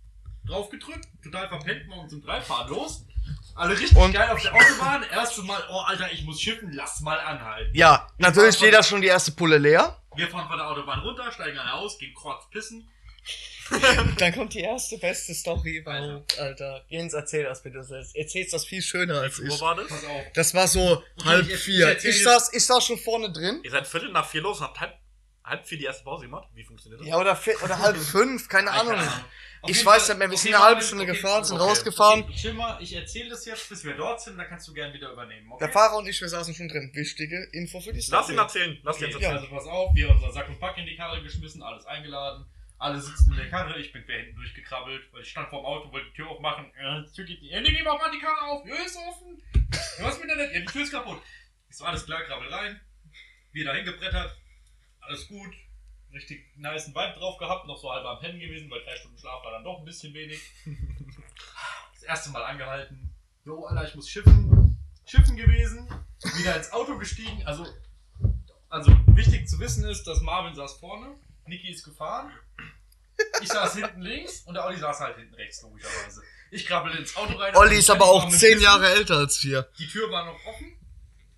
drauf gedrückt, total verpennt, morgens um drei fahren los. Alle richtig Und- geil auf der Autobahn. Erstes Mal, oh Alter, ich muss schiffen, lass mal anhalten. Ja, natürlich steht da schon die erste Pulle leer. Wir fahren von der Autobahn runter, steigen alle aus, gehen kurz pissen. Dann kommt die erste beste Story überhaupt, Alter. Jens, erzähl das bitte selbst. Erzähl's das viel schöner als ich. Wo war das? Pass auf. Das war so halb ich- ich vier. erzähl Ich jetzt- saß, ich saß schon vorne drin. Ihr seid Viertel nach vier los und habt halb, halb vier die erste Pause gemacht. Wie funktioniert das? Ja, oder, vier, oder halb fünf, keine Ahnung. Auf Ich jeden weiß Fall- nicht mehr, wir auf sind jeden eine halbe Fall- Stunde okay, gefahren, sind okay. rausgefahren. Okay, chill mal, ich erzähle das jetzt, bis wir dort sind, dann kannst du gern wieder übernehmen. Okay? Der Fahrer und ich, wir saßen schon drin. Wichtige Info für die Lass Story. ihn erzählen. Lass ihn Okay, jetzt ja. erzählen. also pass auf, wir haben unseren Sack und Pack in die Karre geschmissen, alles eingeladen, alle sitzen in der Karre, ich bin quer hinten durchgekrabbelt, weil ich stand vorm Auto, wollte die Tür aufmachen, äh, die Tür geht nicht, äh, nee, nee, mach mal die Karre auf, ja, ist offen, ja, was mit der nicht, ja, die Tür ist kaputt. Ich so, alles klar, krabbel rein, wir dahin gebrettert, alles gut, richtig niceen Vibe drauf gehabt, noch so halb am Pennen gewesen, weil drei Stunden Schlaf war dann doch ein bisschen wenig. Das erste Mal angehalten, jo, Alter, ich muss schiffen, schiffen gewesen, wieder ins Auto gestiegen, also also wichtig zu wissen ist, dass Marvin saß vorne, Niki ist gefahren, ich saß hinten links und der Olli saß halt hinten rechts, logischerweise. Ich krabbelte ins Auto rein. Olli ist aber auch Ich war mit zehn Kissen. Jahre älter als wir. Die Tür war noch offen.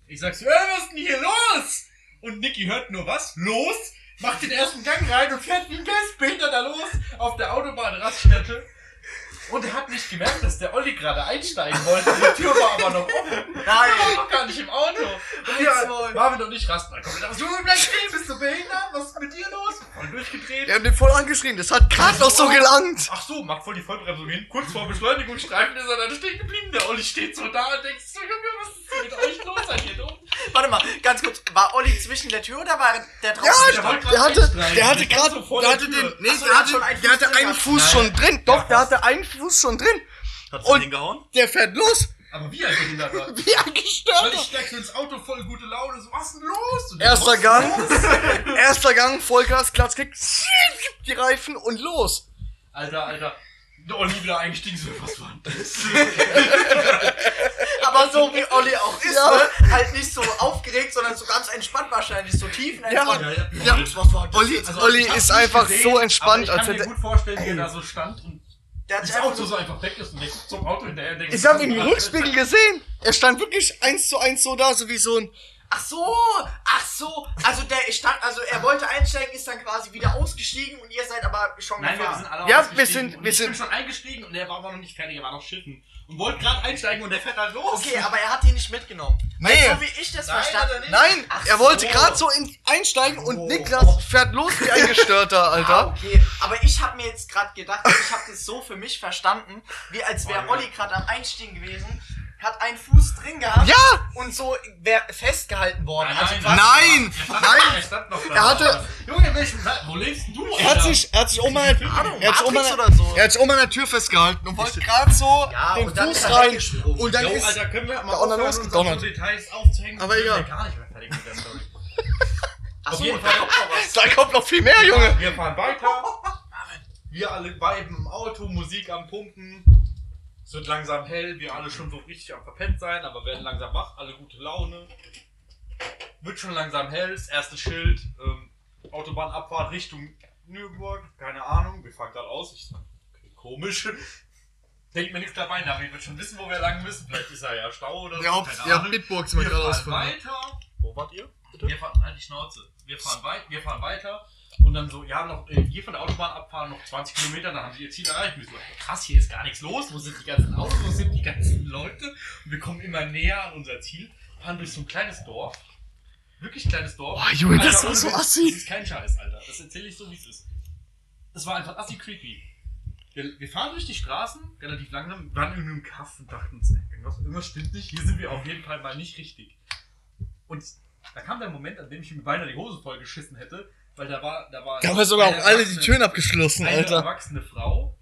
Ich sag's, "Ey, was ist denn hier los? Und Niki hört nur was? Los! Macht den ersten Gang rein und fährt wie ein Gästbehinter da los auf der Autobahnraststätte. Und er hat nicht gemerkt, dass der Olli gerade einsteigen wollte. Die Tür war aber noch offen. Nein! Wir waren noch gar nicht im Auto. Und wir, Marvin und ich rasten. Dann kommt er, du bleib stehen, bist du behindert? Was ist mit dir los? Voll durchgedreht. Wir haben den voll angeschrieben, das hat gerade noch so gelangt. Ach so, macht voll die Vollbremsung hin. Kurz vor Beschleunigungsstreifen ist er dann stehen geblieben. Der Olli steht so da und denkt, so, Junge, was ist denn mit euch los? Seid ihr dumm? Warte mal, ganz kurz. War Olli zwischen der Tür oder war der draußen? Der gestanden? wollte Der gerade hatte, einsteigen. der hatte stand gerade, so vor der der hatte den, Tür. nee, Ach so, der der hat schon hatte, einen der hatte Fuß drin einen Fuß schon drin. Doch, der hatte einen Fuß schon drin. Hat's Und- ihn hingehauen? Der fährt los. Aber wie ein Behinderter. Wie ein Weil Gestörter. ich steig so ins Auto, voll gute Laune, so, was ist denn los? Und der Erster Boss- Gang, erster Gang, Vollgas, Klatschkick, die Reifen und los. Alter, Alter. Der Olli wieder eingestiegen, so, was war denn das? Aber so wie Olli auch ist, Ja. ne? halt nicht so aufgeregt, sondern so ganz entspannt wahrscheinlich, so tiefenentspannt. Ja. Ja, was war das? Olli, jetzt? Also, Olli ich hab's ist nicht einfach so aber entspannt, ich kann als mir hätte gut vorstellen, wie er da so stand und der hat sich das einfach Auto so so einfach weg ist und der guckt zum Auto hinterher und denkt, ich habe ihn im Rückspiegel gesehen. Er stand wirklich eins zu eins so da, so wie so ein. Ach so, ach so. Also der ich stand, also er wollte einsteigen, ist dann quasi wieder ausgestiegen und ihr seid aber schon Nein, wir sind gefahren. alle Ja, ausgestiegen wir sind- und wir ich sind- bin schon eingestiegen und er war aber noch nicht fertig, er war noch schiffen. Und wollte gerade einsteigen und der fährt halt los. Okay, aber er hat ihn nicht mitgenommen. Nee. So wie ich das Nein, verstanden hat er nicht. Nein, Ach er wollte so. gerade so in, einsteigen Oh. und Niklas fährt los wie ein Gestörter, Ah, Alter. okay, aber ich habe mir also jetzt gerade gedacht, ich habe das so für mich verstanden, wie als wäre Olli gerade am Einstieg gewesen, hat einen Fuß drin gehabt Ja! und so wär festgehalten worden. also quasi- Nein! Nein! Er stand noch da. Er hatte- Junge, welchen Platz? Wo lebst denn du? Er hat Alter? sich, er hat sich um eine, er hat sich um Matrix eine, oder so. er hat sich um eine Tür festgehalten und wollte gerade so Ja, den und dann Fuß ist er rein. weggesprungen. Und dann Jo, ist, Alter, können wir mal da auch noch aufhören, uns an losgedonnert. so Details aufzuhängen? Aber Ich bin egal. ja gar nicht mehr fertig mit der Story. Ach Auf so, jeden da Fall- kommt noch was. da kommt noch viel mehr, Junge. Wir fahren weiter. Wir alle viben im Auto, Musik am Pumpen. Es wird langsam hell, wir alle schon so richtig am Verpennt sein, aber werden langsam wach, alle gute Laune. Wird schon langsam hell, das erste Schild, ähm, Autobahnabfahrt Richtung Nürnberg, keine Ahnung, wir fahren gerade aus. Ich sag, okay, komisch. Denkt mir nichts dabei nach, ich würde schon wissen, wo wir lang müssen. Vielleicht ist da ja Stau oder so. Der Haupt, keine ja, Ahnung. Bitburg sind wir Wir gerade fahren ausgefahren. weiter. Wo wart ihr? Wir fahren, halt die Schnauze. Wir fahren, wei wir fahren weiter und dann so, ja, noch äh, hier von der Autobahn abfahren, noch 20 Kilometer, dann haben sie ihr Ziel erreicht. Und Wir so, ey, krass, hier ist gar nichts los. Wo sind die ganzen Autos? Wo sind die ganzen Leute? Und wir kommen immer näher an unser Ziel, fahren durch so ein kleines Dorf. Wirklich kleines Dorf. Boah, Junge, das Alter, war so ohne Witz, assi. Das ist kein Scheiß, Alter. Das erzähle ich so, wie es ist. Das war einfach assi creepy. Wir, wir fahren durch die Straßen, relativ langsam, waren in einem Kaff und dachten uns, ey, irgendwas, irgendwas stimmt nicht, hier sind wir auf jeden Fall mal nicht richtig. Und da kam der Moment, an dem ich mir beinahe die Hose voll geschissen hätte, weil da war, da war, Da haben wir sogar eine auch alle die erwachsene- Türen abgeschlossen, eine Alter. erwachsene Frau,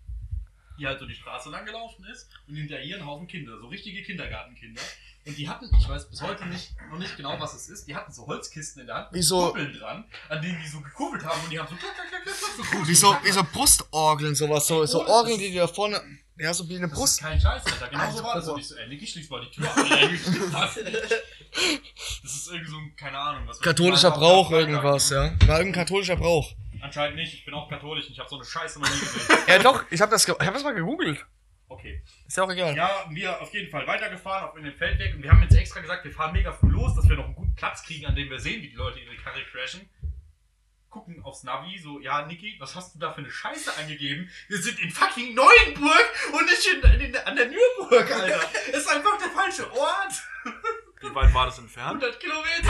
die halt so die Straße lang gelaufen ist und hinter ihr ein Haufen Kinder, so richtige Kindergartenkinder. Und die hatten, ich weiß bis heute nicht, noch nicht genau, was es ist, die hatten so Holzkisten in der Hand, Wie so- Kurbeln dran, an denen die so gekurbelt haben und die haben so klack, klack, klack, klack, klack, so kurz Wie so, gekackert. wie so Brustorgeln, sowas, so, so Oh, das Orgeln, ist- die du da vorne, ja, so wie eine Das ist Brust. kein Scheiß, Alter. Genau Also, so war das. Horror. Und ich so, ey, Niki, schließ mal die Tür ab. Ey, was? Das ist irgendwie so ein, keine Ahnung, was. Katholischer Brauch, Freitag, irgendwas, ne? ja. War irgendein katholischer Brauch. Anscheinend nicht, ich bin auch katholisch und ich habe so eine Scheiße noch nie gesehen. Ja, doch, ich hab das, ge- ich hab das mal gegoogelt. Okay. Ist ja auch egal. Ja, wir auf jeden Fall weitergefahren, auf in den Feldweg. Und wir haben jetzt extra gesagt, wir fahren mega früh los, dass wir noch einen guten Platz kriegen, an dem wir sehen, wie die Leute ihre Karre crashen. Gucken aufs Navi, so, ja, Niki, was hast du da für eine Scheiße angegeben? Wir sind in fucking Neuenburg und nicht in, in, an der Nürburg, Alter. Das ist einfach der falsche Ort. Wie weit war das entfernt? 100 Kilometer.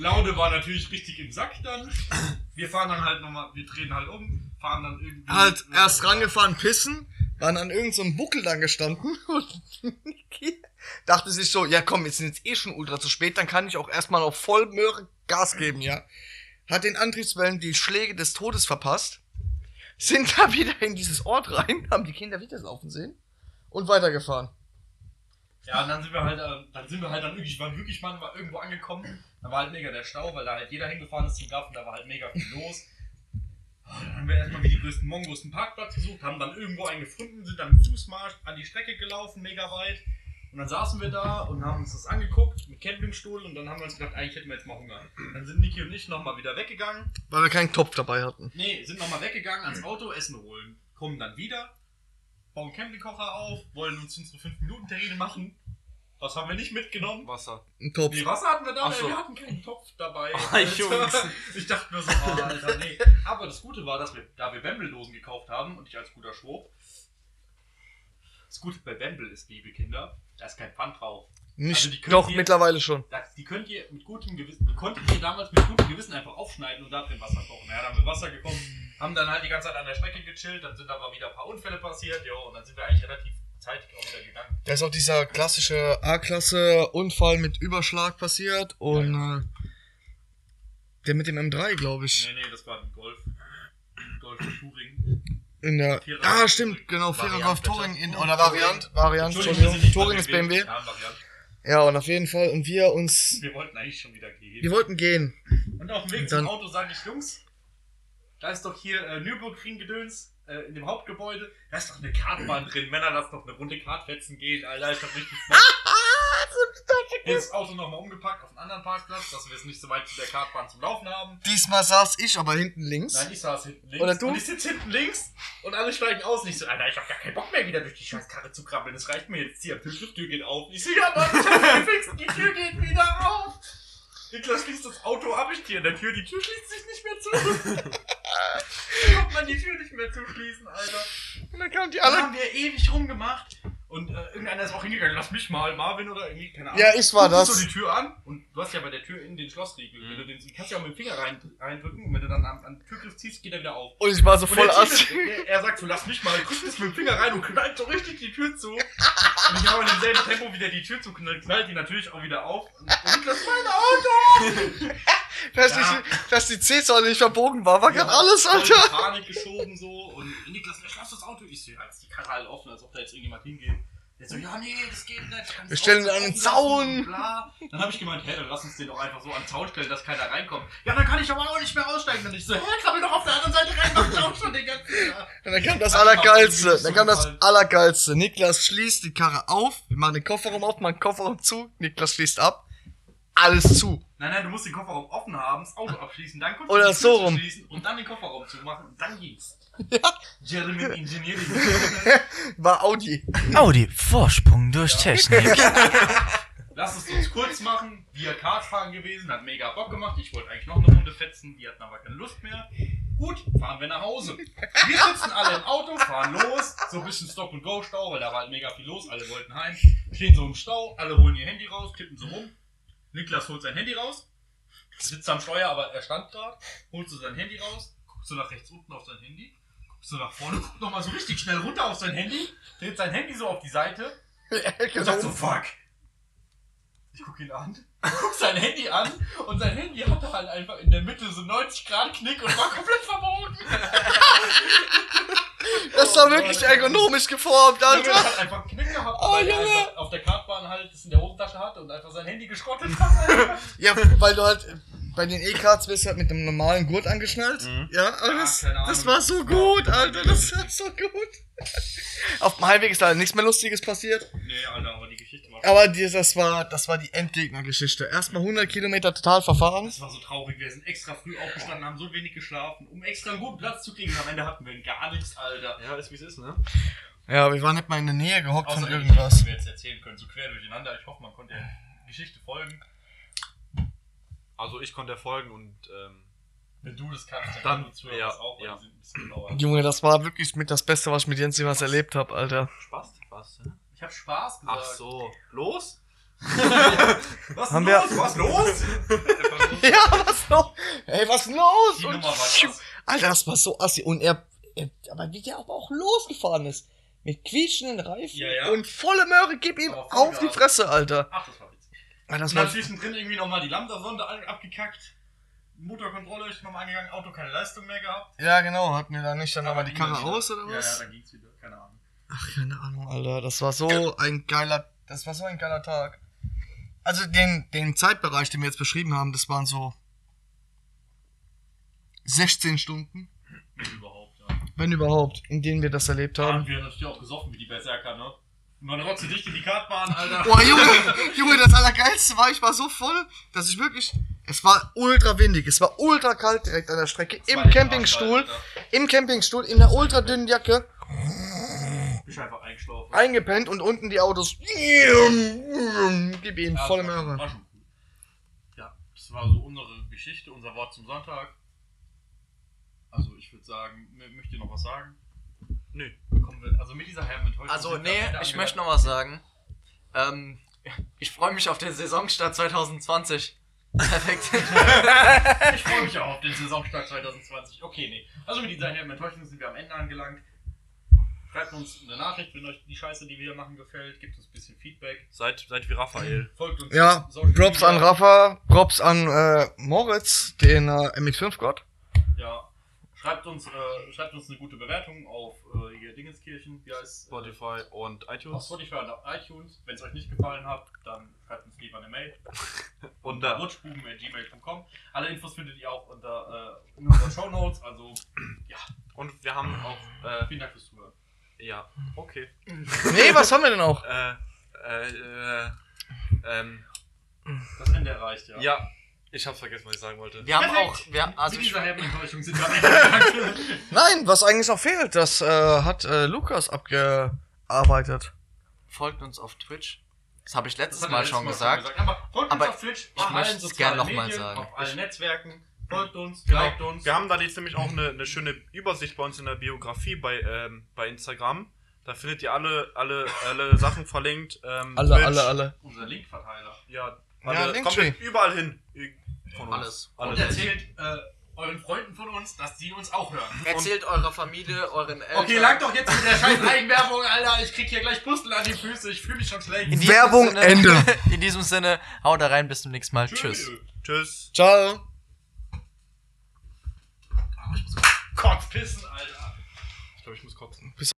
Laune war natürlich richtig im Sack dann. Wir fahren dann halt nochmal, wir drehen halt um, fahren dann irgendwie. Halt erst rangefahren, pissen, waren an irgendeinem so einem Buckel dann gestanden und Niki dachte sich so, ja komm, jetzt sind jetzt eh schon ultra zu spät, dann kann ich auch erstmal auf voll Möhre Gas geben, ja. Hat den Antriebswellen die Schläge des Todes verpasst, sind da wieder in dieses Ort rein, haben die Kinder wieder laufen sehen und weitergefahren. Ja, und dann sind wir halt, äh, dann sind wir halt dann wirklich, waren wirklich mal mal irgendwo angekommen. Da war halt mega der Stau, weil da halt jeder hingefahren ist zum Gaffen, da war halt mega viel los. Ah, Dann haben wir erstmal wie die größten Mongos einen Parkplatz gesucht, haben dann irgendwo einen gefunden, sind dann Fußmarsch an die Strecke gelaufen, mega weit. Und dann saßen wir da und haben uns das angeguckt mit Campingstuhl und dann haben wir uns gedacht, eigentlich hätten wir jetzt mal Hunger. Dann sind Niki und ich nochmal wieder weggegangen. Weil wir keinen Topf dabei hatten. Nee, sind nochmal weggegangen ans Auto, Essen holen. Kommen dann wieder, bauen Campingkocher auf, wollen uns unsere 5-Minuten-Terrine machen. Was haben wir nicht mitgenommen? Wasser. Ein Topf. Nee, Wasser hatten wir da, Ach so. wir hatten keinen Topf dabei. Jungs. ich dachte mir so, oh, Alter, nee. Aber das Gute war, dass wir, da wir Bembeldosen gekauft haben und ich als guter Schwob, das Gute bei Bembel ist, liebe Kinder, da ist kein Pfand drauf. Nicht, also die können doch, hier- mittlerweile schon. Das, die könnt ihr mit gutem Gewissen, die konntet ihr damals mit gutem Gewissen einfach aufschneiden und da drin Wasser kochen. Ja, dann haben wir Wasser gekocht, haben dann halt die ganze Zeit an der Strecke gechillt, dann sind aber wieder ein paar Unfälle passiert, jo, und dann sind wir eigentlich relativ zeitig auch wieder gegangen. Da ist auch dieser klassische A-Klasse-Unfall mit Überschlag passiert und Äh, der mit dem M3, glaube ich. Nee, nee, das war ein Golf. Golf Touring. In der. Vierer- Ah, stimmt, genau, Variant, Vierergraf bitte. Touring in, oder Variant, Variant, wir sind Entschuldigung, nicht Touring bei ist BMW. Ja, Variant. Ja, und auf jeden Fall, und wir uns, Wir wollten eigentlich schon wieder gehen. wir wollten gehen. Und auf dem Weg Und zum dann- Auto sage ich, Jungs, da ist doch hier äh, Nürburgring-Gedöns äh, in dem Hauptgebäude. Da ist doch eine Kartbahn drin. Männer, lass doch eine runde Kartfetzen gehen. Alter, ich hab richtig Bock. Jetzt das Auto nochmal umgepackt auf einen anderen Parkplatz, dass wir es nicht so weit zu der Kartbahn zum Laufen haben. Diesmal saß ich aber hinten links. Nein, ich saß hinten links. Oder du? Und ich sitze hinten links und alle steigen aus. Und ich so, Alter, ich hab gar keinen Bock mehr, wieder durch die Scheißkarre zu krabbeln. Das reicht mir jetzt hier. Die Tür geht auf. Und ich so, ja, Mann, ich hab gefixt. Die Tür geht wieder auf. Niklas schließt das Auto ab, ich stehe an der Tür. Die Tür schließt sich nicht mehr zu. Dann kommt man die Tür nicht mehr zuschließen, Alter. Und dann kamen die Dann alle. haben wir ewig rumgemacht. Und äh, irgendeiner ist auch hingegangen, lass mich mal, Marvin oder irgendwie, keine Ahnung. Ja, ich war Guckst das. du die Tür an und du hast ja bei der Tür innen den Schlossriegel. Wenn du den du kannst ja auch mit dem Finger rein, reindrücken und wenn du dann am, am Türgriff ziehst, geht er wieder auf. Und ich war so Und voll der Typ ass. ist- er- Er sagt so, lass mich mal, drückt es mit dem Finger rein und knallt so richtig die Tür zu. Und ich habe in demselben Tempo wieder die Tür zu knallt, knallt die natürlich auch wieder auf. Und und das meine Auto! Dass, Ja. die, dass die C-Säule nicht verbogen war, war gerade alles, Voll in Alter. Panik geschoben so und Niklas, ich lass das Auto. Ich so, ja, ist die Karre halt offen, als ob da jetzt irgendjemand hingeht. Der so, ja, nee, das geht nicht. ich kann das Wir stellen Auto ihn an den offen Zaun. lassen, Bla. Dann habe ich gemeint, hä, dann lass uns den doch einfach so an den Zaun stellen, dass keiner reinkommt. Ja, dann kann ich aber auch nicht mehr aussteigen. Und ich so, hä, krabbel doch auf der anderen Seite rein, mach doch schon den ganzen Tag. Und dann kam das Ach, das Allergeilste. ist Dann kam das so gefallen. Allergeilste. Niklas schließt die Karre auf. Wir machen den Kofferraum auf, machen den Kofferraum zu. Niklas schließt ab. Alles zu. Nein, nein, du musst den Kofferraum offen haben, das Auto abschließen, dann kurz die Oder Tür so zu rum. schließen und dann den Kofferraum zumachen und dann ging's. Jeremy Engineering. War Audi. Audi, Vorsprung durch Technik. Lass es uns kurz machen. Wir Kart fahren gewesen, hat mega Bock gemacht. Ich wollte eigentlich noch eine Runde fetzen, die hatten aber keine Lust mehr. Gut, fahren wir nach Hause. Wir sitzen alle im Auto, fahren los. So ein bisschen Stop-and-Go-Stau, weil da war halt mega viel los. Alle wollten heim. Stehen so im Stau, alle holen ihr Handy raus, tippen so rum. Niklas holt sein Handy raus. Sitzt am Steuer, aber er stand gerade. Holt so sein Handy raus, guckt so nach rechts unten auf sein Handy. guckt So nach vorne, guckt nochmal so richtig schnell runter auf sein Handy, dreht sein Handy so auf die Seite und sagt so, fuck. Ich guck ihn an, guck sein Handy an und sein Handy hatte halt einfach in der Mitte so 90 Grad Knick und war komplett verbogen. Das war wirklich ergonomisch geformt, Junge, Alter. das hat einfach einen Knick gehabt, Oh, weil er Junge. einfach auf der Kartbahn halt das in der Hosentasche hatte und einfach sein Handy geschrottet hat. Ja, weil du halt bei den E-Cards bist du halt mit einem normalen Gurt angeschnallt. Ja, aber das, keine Ahnung. das war so gut, Alter. Das war so gut. Auf dem Heimweg ist leider nichts mehr Lustiges passiert. nee, Alter, aber die Geschichte war Aber die- das war, das war die Endgegner-Geschichte. Erstmal 100 Kilometer total verfahren. Das war so traurig, wir sind extra früh aufgestanden, haben so wenig geschlafen, um extra einen guten Platz zu kriegen und am Ende hatten wir gar nichts, Alter. Ja, ist wie es ist, ne? Ja, wir waren nicht mal in der Nähe gehockt Außer von die Geschichte, irgendwas. die wir jetzt erzählen können, so quer durcheinander. Ich hoffe, man konnte der Geschichte folgen. Also ich konnte folgen und ähm, Wenn du das kannst, dann, Dann- können die Zuhörer ja, das auch, weil ja. die sind ein bisschen genauer. Junge, das war wirklich mit das Beste, was ich mit Jens jemals erlebt habe, Alter. Spaß, Spaß. Ne? Ich hab Spaß gesagt. Ach so. Los? Was Haben los? wir- Was los? Ja, was noch? Ey, was los? Die Und Nummer war pfiuh. krass. Alter, das war so assi. Und er, er aber wie der aber auch losgefahren ist. Mit quietschenden Reifen Ja, ja. und volle Möhre, gib ihm Aber auf die Vollgas. Fresse, Alter. Ach, das war witzig. Ja, das Und dann war, zwischendrin irgendwie nochmal die Lambda-Sonde an- abgekackt. Motorkontrolle ist nochmal angegangen, Auto keine Leistung mehr gehabt. ja, genau, hat mir da nicht dann aber die ging dann Karre wieder. aus oder was? Ja, ja, dann ging's wieder, keine Ahnung. Keine Ahnung, Alter. Das war so ein geiler, das war so ein geiler Tag. Also den, den Zeitbereich, den wir jetzt beschrieben haben, das waren so 16 Stunden, Wenn überhaupt, ja. wenn überhaupt, in denen wir das erlebt Da haben haben. wir natürlich auch gesoffen wie die Berserker, ne? Und dann rotzt du dicht in die Kartbahn, Alter. Boah, Junge, Junge, das Allergeilste war, ich war so voll, dass ich wirklich, es war ultra windig, es war ultra kalt direkt an der Strecke, Zwei im Grad, Campingstuhl, Alter. im Campingstuhl, in der ultra dünnen Jacke, Bin ich einfach eingeschlafen. eingepennt und unten die Autos, gib ihm Ja, volle das war schon- Möhre. War Ah, schon cool. Ja, das war so unsere Geschichte, unser Wort zum Sonntag. Also ich würde sagen, mö- möcht ihr noch was sagen? Nö. Kommen wir, also mit dieser Herren heute. Also, sind wir am nee, Ende ich angelangt. möchte noch was sagen. Ähm, ich freue mich auf den Saisonstart 2020. Perfekt. Ich freue mich auch auf den Saisonstart 2020. Okay, nee. Also mit dieser herben Enttäuschung sind wir am Ende angelangt. Schreibt uns eine Nachricht, wenn euch die Scheiße, die wir hier machen, gefällt. Gebt uns ein bisschen Feedback. Seid, seid wie Raphael. Folgt uns. Ja, auf Social Props Media. an Rafa, Props an äh, Moritz, den äh, MX5-Gott. Ja. Schreibt uns, äh, schreibt uns eine gute Bewertung auf äh, hier Dingenskirchen. Wie heißt äh, Spotify und auf iTunes. Spotify und auf iTunes. Wenn es euch nicht gefallen hat, dann schreibt uns lieber eine Mail. Und Unter da. rutschbuben.gmail.com. Alle Infos findet ihr auch unter äh, in unseren Show Notes. Also Und wir haben auch. Äh, vielen Dank fürs Zuhören. ja, okay. Nee, was haben wir denn auch? Äh, äh, äh, ähm, Das Ende erreicht, ja. ja. Ich hab's vergessen, was ich sagen wollte. Wir haben auch, Perfekt. wir, also mit ich, dieser herben Enttäuschung sind wir am Ende angelangt. Nein, was eigentlich noch fehlt, das äh, hat äh, Lukas abgearbeitet. folgt uns auf Twitch. Das habe ich Das letztes hat er Mal letztes schon gesagt. Aber folgt Aber uns auf Twitch, ich auf möchte allen es sozialen gern noch mal Medien, sagen. auf allen Netzwerken. Folgt uns, Genau. liked uns. Wir haben da jetzt nämlich auch eine, eine schöne Übersicht bei uns in der Biografie bei, ähm, bei Instagram. Da findet ihr alle, alle, alle Sachen verlinkt. Ähm, Alle, Twitch, alle, alle. Unser Linkverteiler. Ja, Ja, alle, kommt Linktree. überall hin. Ihr- Von uns. Alles. Und Alles. erzählt äh, euren Freunden von uns, dass die uns auch hören. Erzählt eurer Familie, euren Eltern. Oh, Okay, lang doch jetzt mit der scheiß Eigenwerbung, Alter. Ich krieg hier gleich Pusteln an die Füße. Ich fühle mich schon schlecht. In diesem Werbung, Sinne, Ende. In diesem Sinne, haut da rein, bis zum nächsten Mal. Tschüss. Tschüss. Ciao. Kotzpissen, Alter. Ich glaube, ich muss kotzen.